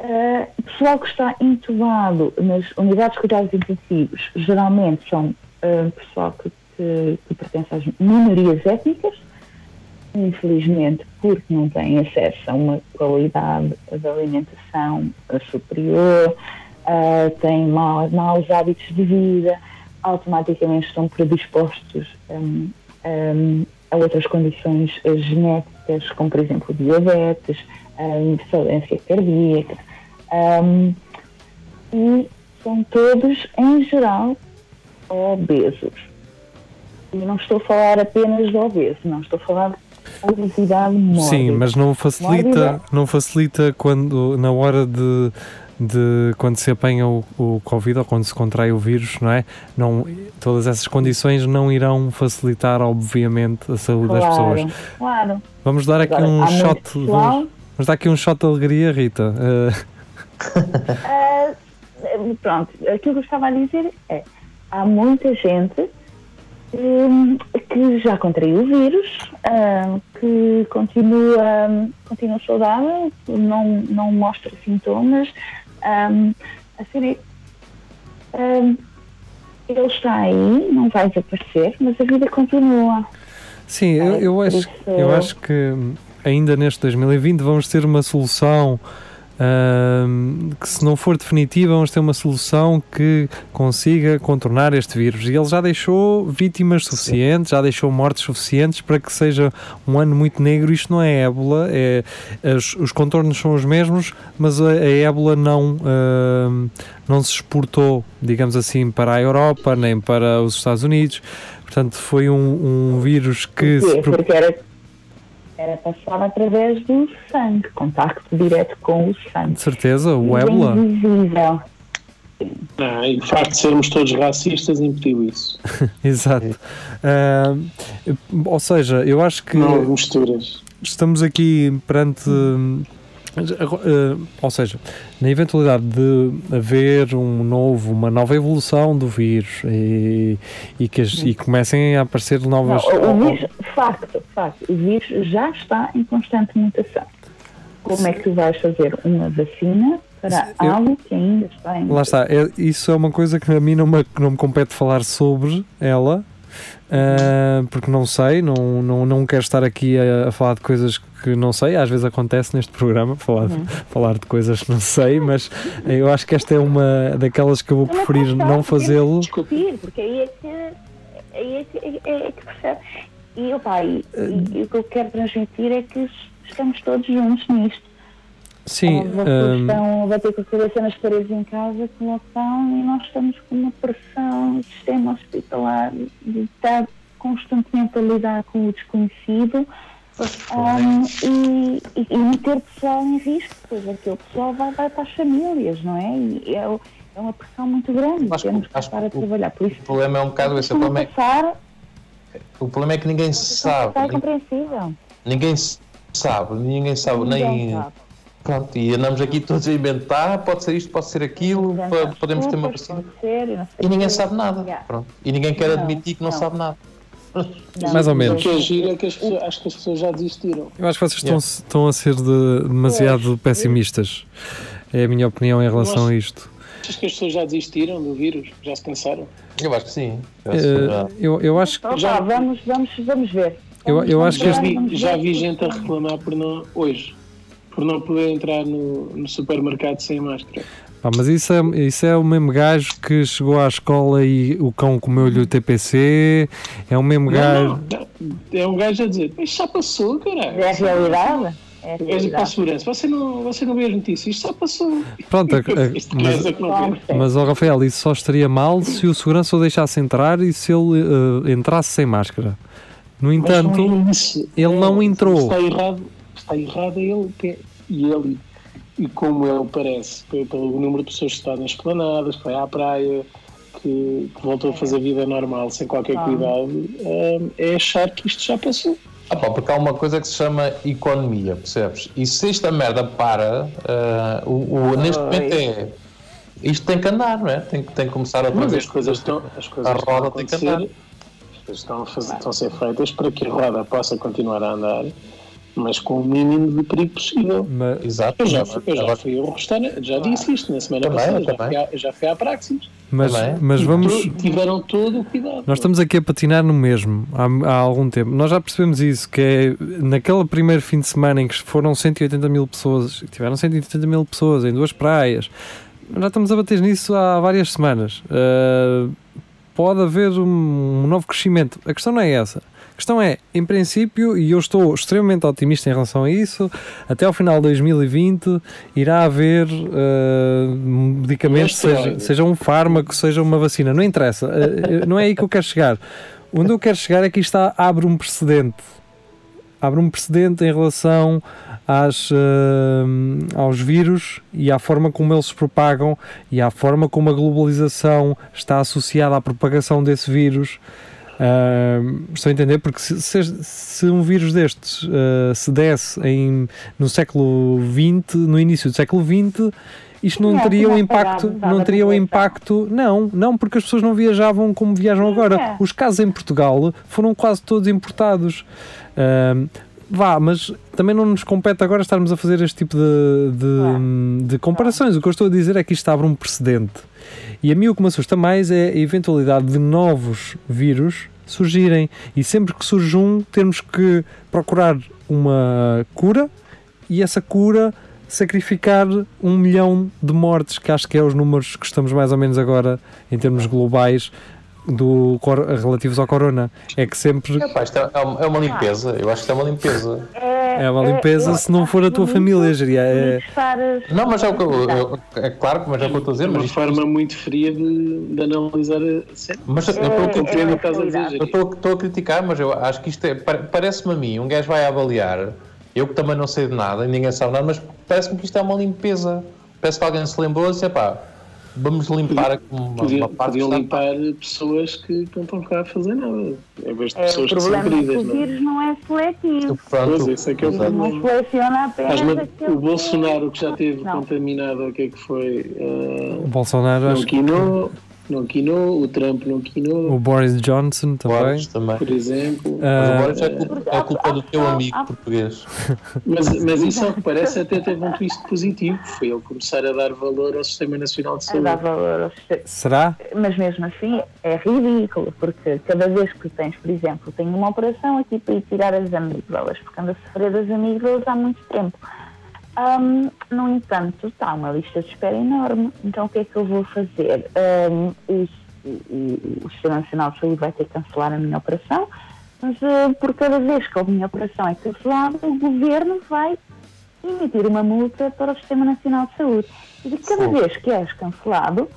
S4: uh, pessoal que está entubado nas unidades de cuidados intensivos geralmente são uh, pessoal que, que, que pertence às minorias étnicas infelizmente, porque não têm acesso a uma qualidade de alimentação eh, superior, ah, têm mau- maus hábitos de vida, automaticamente estão predispostos hum, hum, a outras condições eh, genéticas, como por exemplo diabetes, hum, insolência cardíaca. hum, e são todos, em geral, obesos. E não estou a falar apenas de obeso, não estou a falar de obesidade mórbida.
S2: Sim, mas não facilita,
S4: Mórbida.
S2: não facilita quando, na hora de, de quando se apanha o, o Covid ou quando se contrai o vírus, não é? Não, todas essas condições não irão facilitar, obviamente, a saúde das
S4: claro,
S2: pessoas.
S4: Claro.
S2: Vamos dar aqui
S4: Agora,
S2: um
S4: há muito
S2: shot.
S4: pessoal-
S2: Vamos, vamos dar aqui um shot de alegria, Rita. Eh,
S4: Ah, pronto, aquilo que eu estava a dizer é: há muita gente hum, que já contraiu o vírus, hum, que continua, hum, continua saudável, não, não mostra sintomas. hum, a sério, hum, ele está aí, não vai desaparecer, mas a vida continua.
S2: sim, eu, eu,
S4: por
S2: acho,
S4: isso-
S2: eu acho que hum, ainda neste 2020 vamos ter uma solução. hum, que se não for definitiva, vamos ter uma solução que consiga contornar este vírus. E ele já deixou vítimas suficientes, já deixou mortes suficientes para que seja um ano muito negro. Isto não é ébola, é, as- os contornos são os mesmos, mas a, a ébola não, hum, não se exportou, digamos assim, para a Europa nem para os Estados Unidos. Portanto, foi um, um vírus que se
S4: Porquê?
S2: pro-
S4: Porque era, era passado através do sangue, contacto direto com o sangue.
S2: de certeza, o
S4: Ninguém
S2: ébola.
S4: Invisível.
S5: Ah, e o facto de sermos todos racistas impediu isso.
S2: Exato. Ah, ou seja, eu acho que
S5: Não houve misturas.
S2: estamos aqui perante. hum, agora, eh, ou seja, na eventualidade de haver um novo, uma nova evolução do vírus e, e que as- e comecem a aparecer
S4: Não,
S2: novas.
S4: o vírus,
S2: oh.
S4: facto, facto, o vírus já está em constante mutação. Como é que tu vais fazer uma vacina para
S2: Eu-
S4: algo que ainda está em
S2: Lá está, é- isso é uma coisa que a mim não me, não me compete falar sobre ela, ah, porque não sei, não, não, não quero estar aqui a, a falar de coisas que não sei, às vezes acontece neste programa falar, de- falar de coisas que não sei, mas eu acho que esta é uma daquelas que eu vou
S4: Mas lá
S2: preferir
S4: está,
S2: não
S4: podemos
S2: fazê-lo.
S4: Discutir, porque aí é que, aí é que, é, é que percebe. E, opa, e,
S2: Eh,
S4: e- e o que eu quero transmitir é que estamos todos juntos nisto.
S2: Sim, ah, hum,
S4: Vocês
S2: ahm,
S4: estão a bater com a cabeça nas paredes em casa com lockdown e nós estamos com uma pressão, o sistema hospitalar de estar constantemente a lidar com o desconhecido ahm, e, e, e meter o pessoal em risco, pois aquele pessoal vai, vai para as famílias, não é? E é, o- é uma pressão muito grande,
S3: Acho que-
S4: temos que
S3: acho que
S4: estar a
S3: o-
S4: trabalhar, por isso
S3: O problema é um bocado esse. O
S4: como
S3: problema é,
S4: passar,
S3: o problema é que ninguém sabe.
S4: está compreensível.
S3: Ninguém sabe. Ninguém sabe.
S4: Ninguém
S3: Nem.
S4: sabe.
S3: Pronto, e andamos aqui todos a inventar. Pode ser isto, pode ser aquilo.
S4: Portanto,
S3: pa-
S4: as
S3: Podemos ter uma
S4: culpas,
S3: vacina.
S4: pode ser, eu não sei
S3: E ninguém
S4: o quê.
S3: sabe nada.
S4: Yeah.
S3: Pronto. E ninguém quer
S4: Não,
S3: admitir que não,
S4: não.
S3: sabe nada.
S4: Não,
S2: Mais ou
S4: não.
S5: O
S2: menos.
S5: que é giro é que as pessoas, acho que as pessoas já desistiram.
S2: eu acho que vocês estão,
S3: Yeah.
S2: estão a ser de- demasiado pessimistas, é a minha opinião em relação a isto.
S5: Achas que as pessoas já desistiram do vírus? Já se cansaram?
S3: Eu acho que sim. Eu acho que já-
S2: Eh, eu, eu acho que
S4: Opa,
S5: Já-
S4: Então vamos, vamos, vamos ver.
S2: Eu-
S4: Vamos-
S2: eu
S4: vamos
S2: acho que
S4: ver,
S5: Já vi,
S4: vamos
S5: já
S4: ver.
S5: vi gente a reclamar por não, hoje, por não poder entrar no, no supermercado sem máscara.
S2: Pá, mas isso é, isso é o mesmo gajo que chegou à escola e o cão comeu-lhe o TPC. É o mesmo gajo.
S5: Não, não, é um gajo a dizer, mas já passou,
S4: É a
S5: caralho.
S4: realidade? É a
S5: O gajo para a
S4: realidade.
S5: segurança, você não, você não vê as notícias, isto já passou.
S2: Pronto, a- a-
S5: Isto
S2: mas-
S5: gajo é que não vê.
S2: Mas, ó Rafael, isso só estaria mal se o segurança o deixasse entrar e se ele eh, entrasse sem máscara. No
S5: Mas não é
S2: entanto,
S5: isso.
S2: ele não entrou.
S5: é, Está errado, está errado é ele. ter- E ele, e como ele parece, pe- pelo número de pessoas que está nas planadas, que foi à praia, que, que voltou a
S2: É.
S5: fazer vida normal, sem qualquer
S4: Ah.
S5: cuidado, hum, é achar que isto já passou.
S3: Ah, pá, porque há uma coisa que se chama economia, percebes? E se esta merda para, ah, o, o- neste momento é. Isto tem que andar, não é? Tem, que- tem que começar outra
S5: Mas
S3: vez.
S5: as coisas estão, as coisas
S3: é A
S5: estão
S3: roda tem que
S5: acontecer,
S3: andar.
S5: as coisas estão a, fazer, estão a ser feitas para que a roda possa continuar a andar, mas com o mínimo de perigo possível.
S2: Ma-
S3: Exato.
S5: Eu já,
S3: Agora-
S5: fui- eu já fui a um restaurante, já disse isto na semana
S3: Também,
S5: passada, já
S3: também.
S5: fui à- já fui à Praxis.
S2: Mas,
S3: Também.
S2: mas vamos.
S5: Tá Tu- Tiveram todo o cuidado.
S2: Nós estamos aqui a patinar no mesmo há, há algum tempo. Nós já percebemos isso, que é naquele primeiro fim de semana em que foram 180 mil pessoas, tiveram 180 mil pessoas em duas praias. Já estamos a bater nisso há várias semanas. Ah, pode haver um, um novo crescimento. A questão não é essa. A questão é, em princípio, e eu estou extremamente otimista em relação a isso, até ao final de 2020 irá haver ah, medicamentos,
S5: Este
S2: seja,
S5: ano.
S2: Uh, seja um fármaco, seja uma vacina, não interessa. Ah, ah, não é aí que eu quero chegar. Onde eu quero chegar é que isto a- abre um precedente. Abre um precedente em relação às, hum, aos vírus e à forma como eles se propagam e à forma como a globalização está associada à propagação desse vírus. Hum, estou a entender? Porque se, se- se um vírus destes ah, se desse em, no século XX, no início do século XX, isto não,
S4: Não,
S2: teria um
S4: não
S2: impacto,
S4: pagava
S2: não teria um
S4: população.
S2: impacto, não, não, porque as pessoas não viajavam como viajam agora.
S4: é.
S2: Os casos em Portugal foram quase todos importados. Ahm, vá, mas também não nos compete agora estarmos a fazer este tipo de, hum, de, de comparações. O que eu estou a dizer é que isto abre um precedente. E a mim o que me assusta mais é a eventualidade de novos vírus surgirem. E sempre que surge um, temos que procurar uma cura e essa cura sacrificar um milhão de mortes, que acho que é os números que estamos mais ou menos agora em termos globais do, cor- relativos ao corona. É que sempre
S3: Epá, isto é, é uma- é
S4: Ah.
S3: uma limpeza, eu acho que isto é uma limpeza.
S4: É,
S2: é uma limpeza
S4: eu
S2: se não for a
S4: acho
S2: tua
S4: bonito
S2: família, Jeria. É,
S4: mixar as-
S3: Não, mas é o que
S4: Tá.
S3: eu, eu- é claro, mas é o que eu estou a dizer, mas
S5: uma
S3: isto-
S5: forma muito fria de, de analisar a cena.
S3: mas
S4: É,
S3: eu
S5: Eu
S3: estou-
S5: compreendo o que estás a dizer,
S3: eu
S5: Jerry.
S3: estou estou a criticar, mas eu acho que isto é, pa- parece-me a mim, um gajo vai avaliar, eu que também não sei de nada, e ninguém sabe nada, mas parece-me que isto é uma limpeza. Parece que alguém se lembrou e disse, pá, vamos limpar aqui
S4: é,
S3: uma, uma
S5: Podiam,
S3: parte.
S5: podiam
S3: que está-
S5: limpar pessoas que não estão cá a fazer nada. Em vez de
S4: É, o
S5: pessoas que são
S4: problema é que
S5: queridas,
S4: o
S5: não é?
S4: vírus não é seletivo.
S3: Pronto.
S5: Pois, esse é que é o
S3: Exato.
S5: problema.
S4: Não seleciona apenas
S5: Mas, mas
S4: aquele
S5: o Bolsonaro que já teve
S4: é Não.
S5: contaminado, o que é que foi?
S2: o
S5: Ah,
S2: Bolsonaro,
S5: não
S2: acho que
S5: quinou, não quinou, o Trump não quinou,
S2: o Boris Johnson também.
S3: Boris também.
S5: por exemplo.
S3: Mas
S2: Ah,
S3: o Boris é culpa, é culpa do teu amigo português.
S5: Mas, mas isso, ao que parece, até teve um twist positivo. Foi ele começar a dar valor ao Sistema Nacional de
S4: a dar
S5: Saúde.
S4: valor aos
S2: Será?
S4: mas mesmo assim é ridículo, porque cada vez que tens, por exemplo, tenho uma operação aqui para ir tirar as amígdalas, porque ando a sofrer das amígdalas há muito tempo. Ahm, no entanto, está uma lista de espera enorme, então o que é que eu vou fazer? Ahm, os- o- o, o Sistema Nacional de Saúde vai ter que cancelar a minha operação, mas ah, por cada vez que a minha operação é cancelada, o governo vai emitir uma multa para o Sistema Nacional de Saúde. E de cada
S3: Fogo.
S4: vez que és cancelado,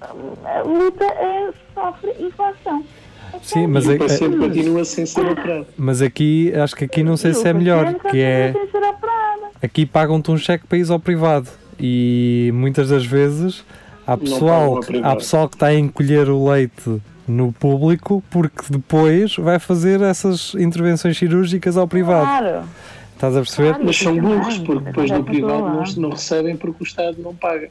S4: a luta é, sofre inflação. Então,
S2: Sim, mas,
S5: E
S2: é-
S5: o paciente
S2: é-
S5: continua sem ser operado.
S2: mas aqui acho que aqui não sei se é melhor, que é aqui pagam-te um cheque para ires ao privado e muitas das vezes há
S5: pagam
S2: pessoal, que-
S5: ao
S2: há
S5: privado.
S2: pessoal que está a encolher o leite no público porque depois vai fazer essas intervenções cirúrgicas ao privado.
S4: Claro.
S2: Estás a perceber?
S4: Claro.
S5: Mas são
S4: Sim,
S5: burros,
S4: também.
S5: porque depois no
S4: Também
S5: privado
S4: estou lá.
S5: não, não recebem porque o Estado não paga.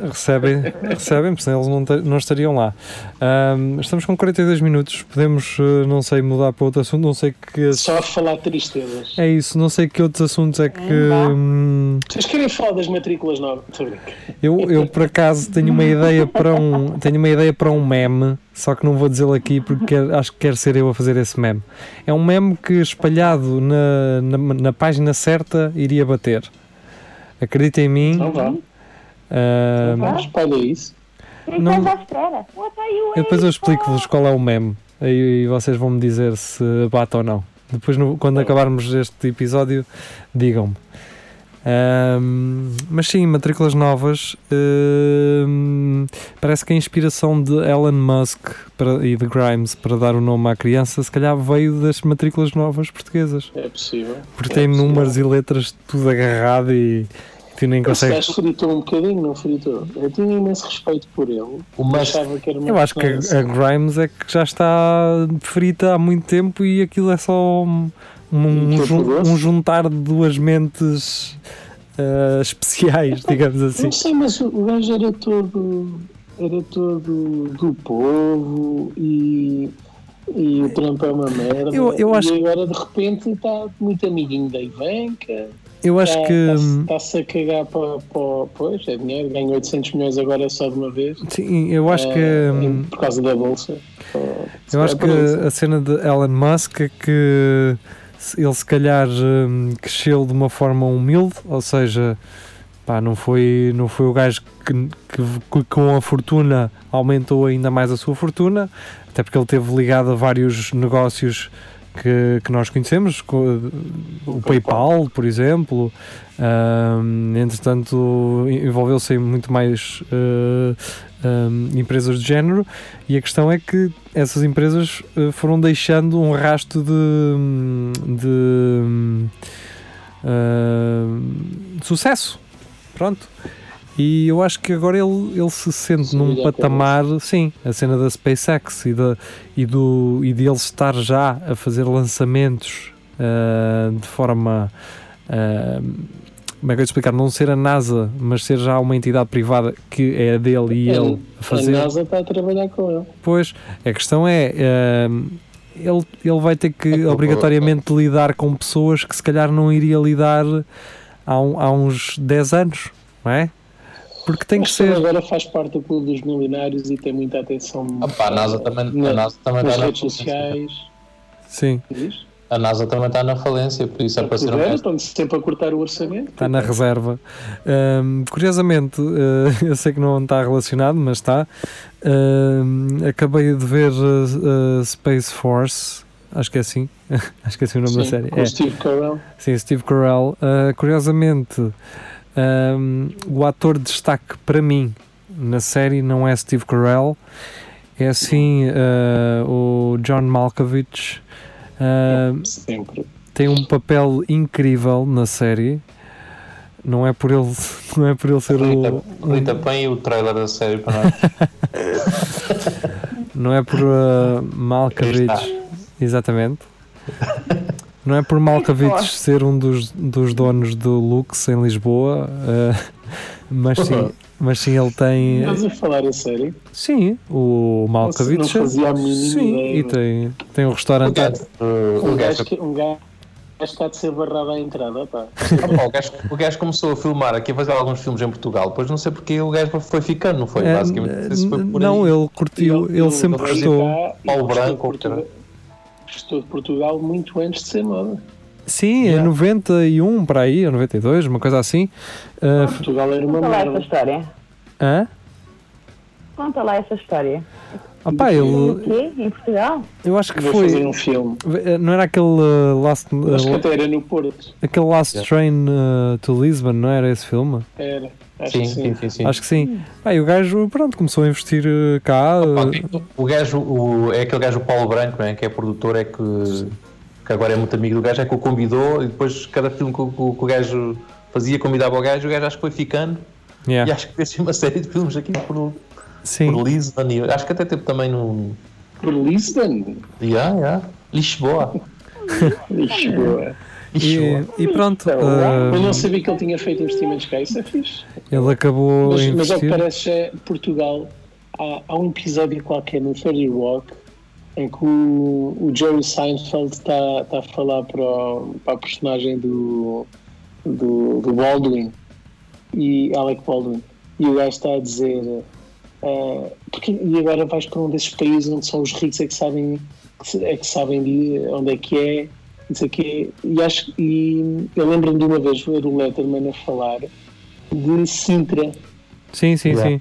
S2: Recebem, recebem, porque senão eles não, te- não estariam lá. Ahm, estamos com 42 minutos, podemos, eh, não sei, mudar para outro assunto, não sei que.
S5: Só a falar de tristezas.
S2: É isso, não sei que outros assuntos é que.
S4: Ainda.
S2: hum,
S5: Vocês querem falar das matrículas novas? Estou a brincar.
S2: Eu, eu por acaso tenho uma ideia para um tenho uma ideia para um meme, só que não vou dizê-lo aqui porque quero- acho que quero ser eu a fazer esse meme. É um meme que espalhado na, na, na página certa iria bater. Acredita em mim.
S5: Não Então vá. Então
S2: ah,
S5: Não espalha isso.
S4: O que é que
S2: Não-
S4: estás à espera? What are you
S2: eu depois eu
S4: waiting
S2: explico-vos qual é o meme aí vocês vão me dizer se bate ou não. Depois, no- quando acabarmos este episódio, digam-me. Ahm, mas sim, matrículas novas. ahm, parece que a inspiração de Elon Musk para- e de Grimes para dar o nome à criança, se calhar veio das matrículas novas portuguesas.
S5: É possível.
S2: Porque
S5: É
S2: tem
S5: possível.
S2: números e letras tudo agarrado e tu nem
S5: Esse
S2: consegues.
S5: gajo fritou um bocadinho, não fritou? Eu tinha imenso respeito por ele.
S3: O Musk,
S5: Achava que era uma
S2: Eu acho que a,
S5: personagem.
S2: a Grimes é que já está frita há muito tempo e aquilo é só um, um- um jun- um juntar de duas mentes ah, especiais, digamos assim.
S5: Não sei, mas o o gajo era todo, era todo do povo e, e o Trump é uma merda.
S2: Eu- eu acho
S5: E agora de repente está muito amiguinho da Ivanka.
S2: Eu acho
S5: é,
S2: que. hum,
S5: Está-se a cagar para, para. Pois, é dinheiro, ganha 800 milhões agora só de uma vez.
S2: Sim, eu acho que.
S5: Eh,
S2: hum,
S5: Por causa da bolsa.
S2: Eu acho que a cena de Elon Musk é que se- ele se calhar hum, cresceu de uma forma humilde, ou seja, pá, não foi, não foi o gajo que, que- que com a fortuna aumentou ainda mais a sua fortuna, até porque ele teve ligado a vários negócios que, que nós conhecemos, co- o PayPal, por exemplo. Ahm, entretanto, en- envolveu-se em muito mais eh, ahm, empresas de género, e a questão é que essas empresas eh, foram deixando um rasto de. hum, de hum, ah, de sucesso. Pronto. E eu acho que agora ele, ele se sente
S5: Sim,
S2: num
S5: já
S2: patamar, sim, a cena da SpaceX e, da, e, do, e de ele estar já a fazer lançamentos ah, de forma. ah, como é que eu ia explicar? Não ser a NASA, mas ser já uma entidade privada que é a dele e
S5: É,
S2: ele a fazer.
S5: A NASA está a trabalhar com ele.
S2: Pois, a questão é. hum, ele, ele vai ter que
S6: que
S2: obrigatoriamente lidar com pessoas que se calhar não iria lidar há, um- há uns 10 anos, não é? Porque tem que
S5: Mas ele
S2: ser.
S5: agora faz parte do clube dos milionários e tem muita atenção
S3: Ah, pá, a NASA também, a
S5: na-
S3: NASA também
S5: nas
S3: está na
S5: redes
S3: falência.
S5: sociais.
S2: Sim,
S5: Diz?
S3: A NASA também está na falência, por
S5: Tá
S3: isso é apareceram
S5: Tiveram,
S3: estas.
S5: Estão sempre a cortar o orçamento.
S2: está Tá na reserva. Hum, curiosamente, eh, eu sei que não está relacionado, mas está. Hum, acabei de ver eh, eh, Space Force, acho que é assim. acho que é assim o nome da
S5: Sim,
S2: série.
S5: Com
S2: É.
S5: o Steve Carell.
S2: Sim, Steve Carell. Ah, curiosamente, ahm, o ator de destaque para mim na série não é Steve Carell, é sim ah, o John Malkovich. Ah,
S5: Sempre.
S2: tem um papel incrível na série. Não é por ele, não é por ele ser o,
S3: Rita, põe o trailer da série para nós.
S2: não é por ah,
S3: Aí
S2: Malkovich, exatamente. Não é por Malkovich ser um dos, dos donos do Lux em Lisboa, ah, mas sim, mas sim ele tem.
S5: Mas a falar a sério,
S2: Sim, o Malkovich.
S5: não fazia a mínima
S2: sim,
S5: ideia.
S2: e tem, tem um
S3: O
S2: restaurante.
S3: gajo-
S5: um
S3: o gajo
S5: gajo, que, um gajo está de ser barrado à entrada, pá.
S3: Ah, pá, o gajo- o gajo começou a filmar aqui, a fazer alguns filmes em Portugal, depois não sei porque o gajo foi ficando, não foi?
S2: É,
S3: Basicamente, não sei se foi por
S2: não,
S3: aí.
S2: ele curtiu, ele sempre
S5: veio
S2: gostou.
S5: cá e
S3: Paulo
S5: gostou de
S3: Branco,
S5: Portugal-
S3: cara.
S5: Gostou de Portugal muito antes de ser moda.
S2: Sim, é 91 para aí, ou 92, uma coisa assim. Ah, f-
S5: Portugal era uma
S4: Conta lá essa
S5: merda.
S4: história.
S2: hã?
S4: Conta lá essa história.
S2: Ah, pá,
S4: O
S2: ele,
S4: quê? Em Portugal?
S2: eu acho que
S5: Vou fazer
S2: foi. eh,
S5: um filme.
S2: Não era aquele ah, Last, ah,
S5: Acho que até era no Porto.
S2: aquele last Train ah, to Lisbon, não era esse filme?
S5: Era. Acho
S3: Sim,
S5: que sim.
S3: sim, sim. sim.
S2: Acho que sim. Bem, o gajo, pronto, começou a investir eh, cá.
S3: Pá,
S2: eh,
S3: O gajo, o- é aquele gajo o Paulo Branco, não é? que é produtor, é que, que agora é muito amigo do gajo, é que o convidou e depois cada filme que, o- que o- que o gajo fazia convidava o gajo, o gajo acho que foi ficando
S2: yeah,
S3: e acho que fez assim uma série de filmes aqui por,
S2: É. Sim.
S3: por Lisbon e acho que até teve também no
S5: Por Lisbon.
S3: yeah, yeah, Lisboa.
S2: É.
S5: Lisboa.
S3: Lisboa.
S2: E, e pronto, eh,
S5: Eu não sabia que ele tinha feito investimentos cá. Isso é fixe.
S2: ele acabou a
S5: Mas, mas ao que
S2: investir.
S5: parece, é Portugal. Há, há um episódio qualquer no 30 Rock em que o, o Jerry Seinfeld está está a falar para, o- para a personagem do, do, do Baldwin e Alec Baldwin. E o gajo está a dizer. eh, porque, e agora vais para um desses países onde só os ricos é que sabem, que se- é que sabem de onde é que é, não sei o quê. E, acho, e eu lembro-me de uma vez ver o Letterman a falar de Sintra,
S2: Sim, sim, sim.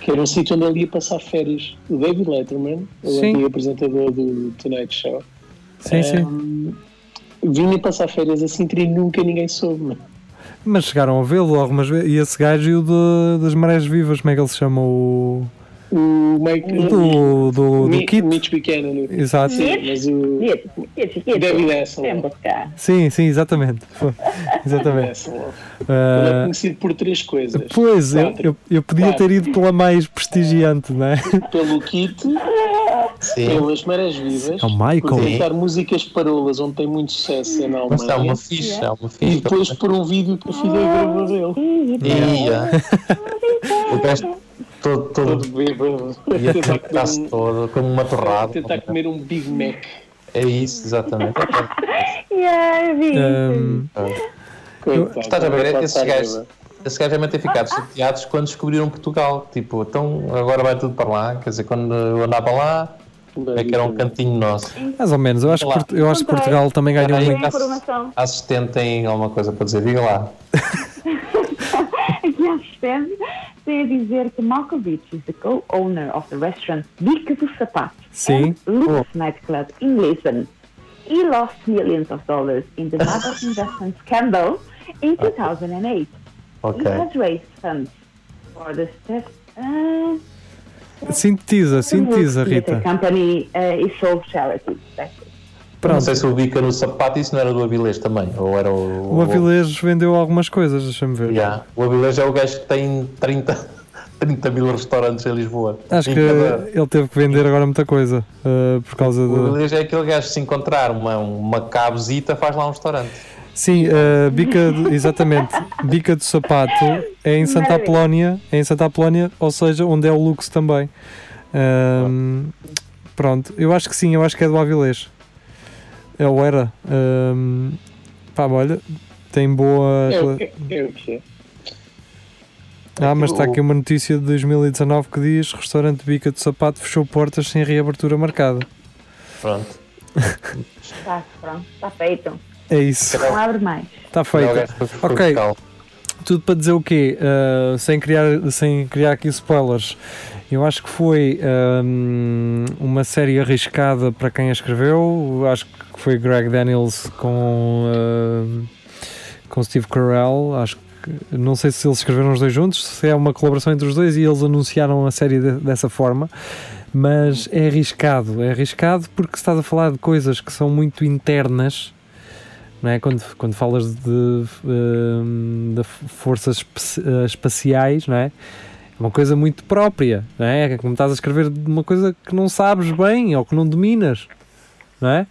S5: que era um sítio onde ele ia passar férias. O David Letterman, o
S2: Sim.
S5: antigo apresentador do Tonight Show,
S2: Sim, sim.
S5: ehm, vinha passar férias a Sintra e nunca ninguém soube.
S2: Mas chegaram a vê-lo algumas vezes. E esse gajo e o de- das Marés Vivas, como é que ele se chama? O.
S5: O Mike.
S2: Do, do, do
S5: Mi-
S2: Kit. É.
S5: Mitch Buchanan. né?
S2: Exato.
S5: Sim, mas o.
S4: Quieto, quieto, quieto.
S5: David Hasselhoff.
S4: Sempre cá.
S2: Sim, sim, exatamente. Exatamente.
S5: Hasselhoff. É, Ele é
S2: Eh,
S5: conhecido por três coisas:
S2: pois, eu,
S5: Quatro.
S2: eu, eu podia ter ido pela mais prestigiante, não é?
S5: pelo Kit,
S3: Sim.
S5: pelas Marés Vivas,
S2: É o Michael.
S5: por cantar músicas parolas, onde tem muito sucesso na
S3: Mas há
S5: Alemanha,
S3: uma ficha, há uma
S5: e
S3: ficha.
S5: depois por um vídeo que a filha gravou dele.
S3: E, yeah. O gajo todo, todo
S5: todo bêbado,
S3: E a
S5: tentar comer
S3: tratar-se
S5: um,
S3: todo, como uma torrada.
S5: tentar comer um Big Mac.
S3: É isso, exatamente.
S4: Yeah, eu vi isso.
S2: Ahm,
S5: Coitado,
S3: Estás a ver,
S5: vai
S3: esses
S5: passar
S3: gajos,
S5: raiva.
S3: esses gajos devem ter ficado
S4: Ah,
S3: chateados quando descobriram Portugal. Tipo, então agora vai tudo para lá. Quer dizer, quando eu andava lá, é que era um cantinho nosso.
S2: Ah, mais ou menos. Eu acho, que,
S3: Olá.
S2: Portu- eu acho que Portugal também ganhou
S3: Olá.
S2: muito.
S4: Tem informação.
S3: A assistente tem alguma coisa para dizer, diga lá.
S4: Aqui à assistente tem a dizer que Malkovich is the co-owner of the restaurant Bica do Sapato
S2: Sim.
S5: Oh.
S4: and Lux Nightclub in Lisbon. he lost millions of dollars in the Mother investment scandal in 2008. He
S3: Ok.
S4: has raised funds for the Steph, uh,
S2: Sintetiza, sintetiza,
S4: Theatre
S2: Rita.
S4: Company uh, is sold charity. That's it.
S3: Não
S2: Pronto.
S3: sei se o bica no sapato, isso não era do Avilés também, ou era o...
S2: O Avilés vendeu algumas coisas, deixa-me ver.
S3: Yeah. O Avilés é o gajo que tem 30, 30 mil restaurantes em Lisboa.
S2: Acho
S3: Em
S2: que é
S3: cada-
S2: ele teve que vender agora muita coisa ah, por causa
S3: é O
S2: de.
S3: Avilés é aquele gajo que se encontrar uma, uma cabezita faz lá um restaurante.
S2: Sim, ah, bica de- exatamente. Bica do sapato é em Santa
S4: Maravilha.
S2: Apolónia, é em Santa Apolónia, ou seja, onde é o luxo também. Ahm, pronto, eu acho que sim, eu acho que é do Avilés. É o era. Ahm, pá, olha, tem boa.
S5: É, o que- é o que é.
S2: Ah, mas está
S3: o-
S2: aqui uma notícia de 2019 que diz: restaurante Bica do Sapato fechou portas sem reabertura marcada.
S3: Pronto.
S4: Tá, pronto, está feito.
S2: É isso,
S4: Não abre mais.
S2: está
S3: É o
S2: feito.
S3: gajo que foi
S2: Ok.
S3: buscar.
S2: Tudo para dizer o quê? Ah, sem, criar, sem criar aqui spoilers. Eu acho que foi ahm, uma série arriscada para quem a escreveu. Acho que foi Greg Daniels com, ah, ahm, com Steve Carell. Acho que não sei se eles escreveram os dois juntos, se é uma colaboração entre os dois e eles anunciaram a série de- dessa forma. Mas é arriscado, é arriscado porque estás a falar de coisas que são muito internas não é? Quando, quando falas de, hum, de forças espe- eh, espaciais, não é? É uma coisa muito própria, não é? É Como estás a escrever de uma coisa que não sabes bem ou que não dominas, não é?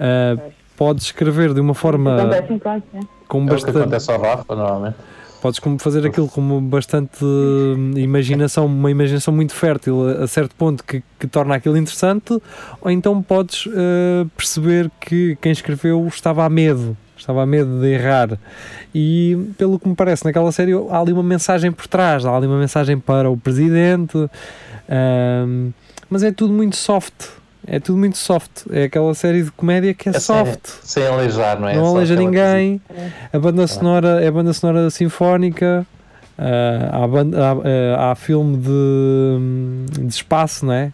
S2: Ah, podes escrever de uma forma
S4: Acontece em quase, né?
S2: com
S3: É o que
S2: bastante.
S3: acontece ao Rafa, normalmente.
S2: Podes como fazer aquilo com bastante hum, imaginação, uma imaginação muito fértil a- a certo ponto que, que torna aquilo interessante, ou então podes eh, perceber que quem escreveu estava a medo, estava a medo de errar. E pelo que me parece, naquela série há ali uma mensagem por trás, há ali uma mensagem para o presidente, hum, mas é tudo muito soft. É tudo muito soft. É aquela série de comédia que é,
S3: É sério.
S2: soft
S3: Sem aleijar, não é?
S2: não
S3: Só
S2: aleja
S3: aquela
S2: ninguém. A banda sonora é a banda sonora sinfónica. ah, há, ban- há- ah, há filme hum, de, de espaço, não é?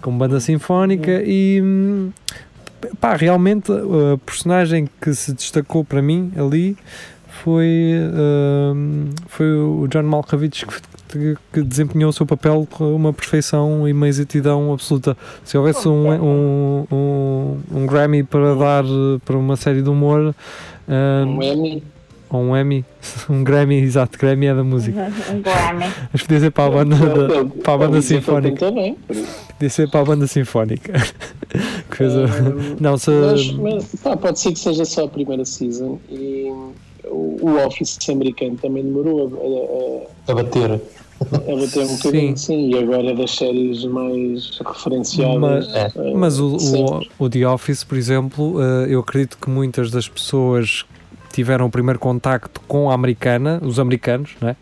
S2: Com
S3: Uhum.
S2: banda sinfónica e hum, pá, realmente a personagem que se destacou para mim ali foi, hum, foi o John Malkovich que, que desempenhou o seu papel com uma perfeição e uma exatidão absoluta. Se houvesse um, um, um, um Grammy para dar eh, para uma série de humor, ah,
S5: Um Emmy.
S2: ou um Emmy, um Grammy, exato, Grammy é da música.
S4: Um Grammy.
S2: Mas podia ser para a banda, da-
S5: Ele-
S2: para a banda
S5: ele dizia que ele
S2: sinfónica.
S5: cantou bem, por isso.
S2: Podia ser para a banda sinfónica. Que fez o-
S5: Ah,
S2: Não, se.
S5: Mas, mas, pá, pode ser que seja só a primeira season e o o Office americano também demorou
S3: A bater.
S5: a, a, a bater um bocadinho, sim, e agora é das séries mais referenciadas.
S2: Mas-
S3: é.
S5: eh,
S2: Mas o, o,
S5: sempre.
S2: o The Office, por exemplo, eh, eu acredito que muitas das pessoas tiveram o primeiro contacto com a americana, os americanos, não é?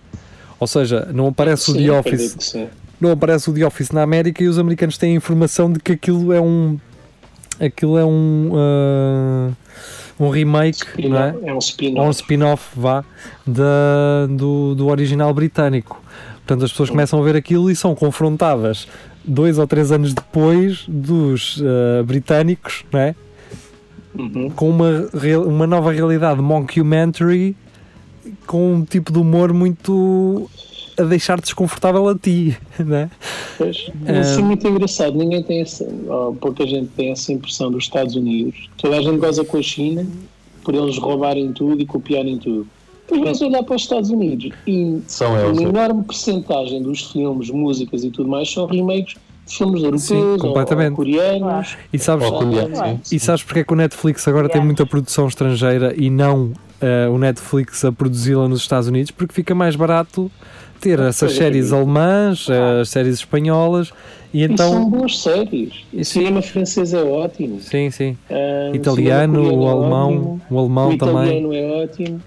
S2: Ou seja, não aparece o
S5: Sim,
S2: The
S5: acredito
S2: Office,
S5: que sim.
S2: não aparece o The Office na América e os americanos têm a informação de que aquilo é um aquilo é um ah, um remake, não é?
S5: É um
S2: ou um
S5: spin-off.
S2: spin-off, vá, da, do, do original britânico. Portanto, as pessoas começam a ver aquilo e são confrontadas dois ou três anos depois dos eh, britânicos, não é?
S5: Uhum.
S2: com uma, real- uma nova realidade mockumentary com um tipo de humor muito a deixar desconfortável a ti, não é?
S5: Pois,
S2: Ah.
S5: Isso é muito engraçado. Ninguém tem essa, ou pouca gente tem essa impressão dos Estados Unidos. Toda a gente goza com a China por eles roubarem tudo e copiarem tudo. Depois vais olhar para os Estados Unidos e
S3: São eles.
S5: uma
S3: é.
S5: enorme percentagem dos filmes, músicas e tudo mais são remakes de filmes europeus
S2: Sim,
S5: ou-
S2: completamente.
S5: ou coreanos.
S2: E sabes,
S3: Ou colher, sim.
S2: E sabes porque é que o Netflix agora tem
S4: Yeah.
S2: muita produção estrangeira e não eh, o Netflix a produzi-la nos Estados Unidos? Porque fica mais barato ter essas
S5: é.
S2: séries alemãs, eh, as séries espanholas e
S5: E Ah. são
S2: então.
S5: boas séries. O cinema francês é ótimo.
S2: Sim, sim.
S5: Ah, o
S2: Italiano,
S5: cinema
S2: o
S5: coreano é
S2: alemão,
S5: ótimo.
S2: o
S5: o
S2: alemão também.
S5: italiano é ótimo.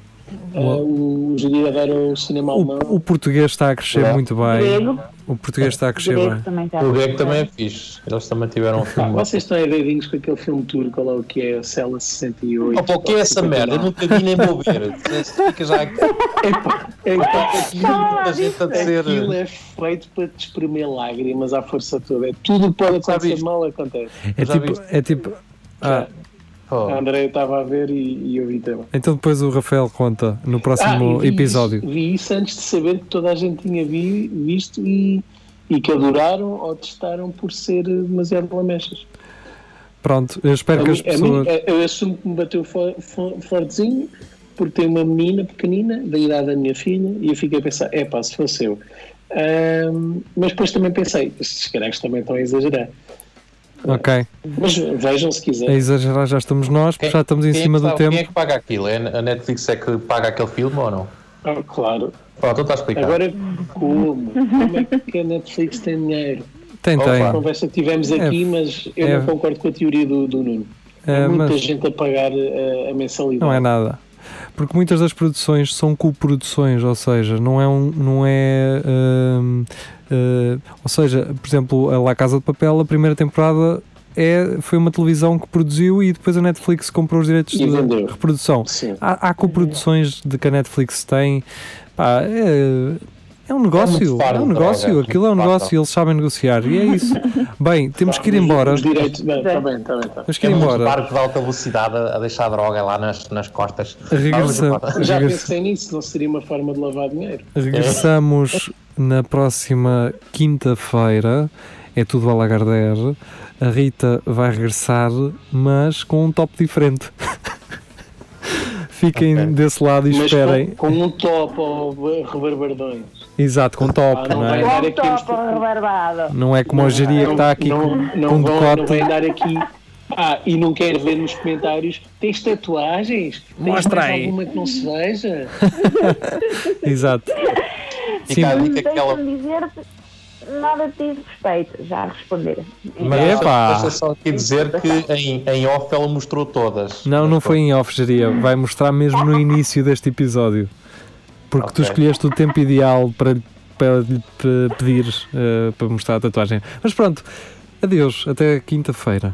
S5: Ah, o, os derivados ao cinema alemão.
S2: O, o português está a crescer
S3: Yeah.
S2: muito bem.
S4: Grego.
S2: O português está a crescer
S4: Grego
S2: bem.
S4: também está.
S3: O Greg também é fixe. Eles também tiveram um
S5: Pá,
S3: filme.
S5: vocês estão doidinhos com aquele filme turco lá, o que é a Cela 68.
S3: Opa, o que é essa merda? Eu nunca vi nem vou ver. Fica já aqui
S5: Epá, epá,
S3: muita gente a dizer.
S5: Aquilo é feito para te espremer lágrimas à força toda. É tudo o que pode
S3: Já
S5: acontecer
S3: viste?
S5: mal acontece.
S2: É
S3: Já
S2: tipo.
S3: viste?
S2: É tipo ah,
S3: Oh.
S5: A Andréia estava a ver e, e eu vi também.
S2: Então depois o Rafael conta no
S5: Ah, e
S2: próximo
S5: vi
S2: episódio.
S5: Isso, vi isso antes de saber que toda a gente tinha vi- visto e, e que adoraram ou testaram por ser demasiado lamechas.
S2: Pronto, eu espero
S5: A
S2: É que
S5: mim-
S2: as
S5: a mim-
S2: pessoas.
S5: a- eu assumo que me bateu fo- fo- fortezinho porque tem uma menina pequenina da idade da minha filha e eu fiquei a pensar, é pá, se fosse eu. Ahm, mas depois também pensei, estes caracos também estão a exagerar.
S2: Ok.
S5: Mas vejam se
S2: A
S5: quiserem.
S2: exagerar já estamos nós, porque
S3: Quem-
S2: já estamos em
S3: quem é
S2: cima
S3: que
S2: do
S3: sabe- Quem é
S2: tempo.
S3: que paga aquilo? É a Netflix é que paga aquele filme ou não?
S5: Ah, claro.
S3: Pronto, está explicado.
S5: Agora como? Como é que a Netflix tem dinheiro?
S2: Tem,
S3: Opa.
S2: tem.
S5: A conversa que tivemos aqui,
S2: É,
S5: mas eu
S2: é-
S5: não concordo com a teoria do, do Nuno.
S2: É,
S5: Há muita
S2: mas-
S5: gente a pagar eh, a mensalidade.
S2: Não é nada. Porque muitas das produções são coproduções, ou seja, não é um. Não é, hum, eh, ou seja, por exemplo, a La Casa de Papel, a primeira temporada é, foi uma televisão que produziu e depois a Netflix comprou os direitos
S5: E
S2: de
S5: vendeu.
S2: reprodução.
S5: Sim.
S2: Há, há coproduções de que a Netflix tem. Pá, é, é um negócio.
S3: fardo,
S2: É um
S3: droga,
S2: negócio.
S3: é
S2: Aquilo é um
S3: muito
S2: negócio
S3: fardo.
S2: e eles sabem negociar. E é isso. Bem, temos que ir embora.
S5: Os direitos. Não, está bem, está bem. Tá.
S2: Temos que ir
S3: Temos
S2: embora.
S3: barcos de alta velocidade a, a deixar droga lá nas, nas costas.
S2: Regressa-
S3: Vamos-
S5: bem. Já
S2: Regressa-
S5: pensei nisso, não seria uma forma de lavar dinheiro.
S2: Regressamos na próxima quinta-feira. É tudo a Lagardère. A Rita vai regressar, mas com um top diferente. Fiquem
S3: Ok.
S2: desse lado e
S5: Mas
S2: esperem.
S5: com, com um top ou rebarbardões.
S2: Exato, com top,
S5: Ah, não
S2: não,
S5: vai
S2: é?
S5: dar
S4: Bom
S5: aqui uns-
S4: topo, rebarbado.
S2: Não é como a geria que está aqui
S5: Não,
S2: com,
S5: não,
S2: com
S5: vão, não
S2: decote.
S5: vem dar aqui. Ah, e não quero ver nos comentários. Tens tatuagens? Tens
S2: Mostra
S5: mais
S2: aí.
S5: alguma que não se veja?
S2: Exato. Sim,
S3: Fica a dica que ela.
S4: Deixa-me dizer-te, nada te diz respeito. Já responderam.
S3: Mas
S2: Epá.
S3: deixa só aqui dizer que em, em off ela mostrou todas.
S2: Não, não foi em off, geria. Vai mostrar mesmo no início deste episódio. Porque tu
S3: Ok.
S2: escolheste o tempo ideal para, lhe- para lhe pe- pedir eh, para mostrar a tatuagem. Mas pronto, adeus, até quinta-feira.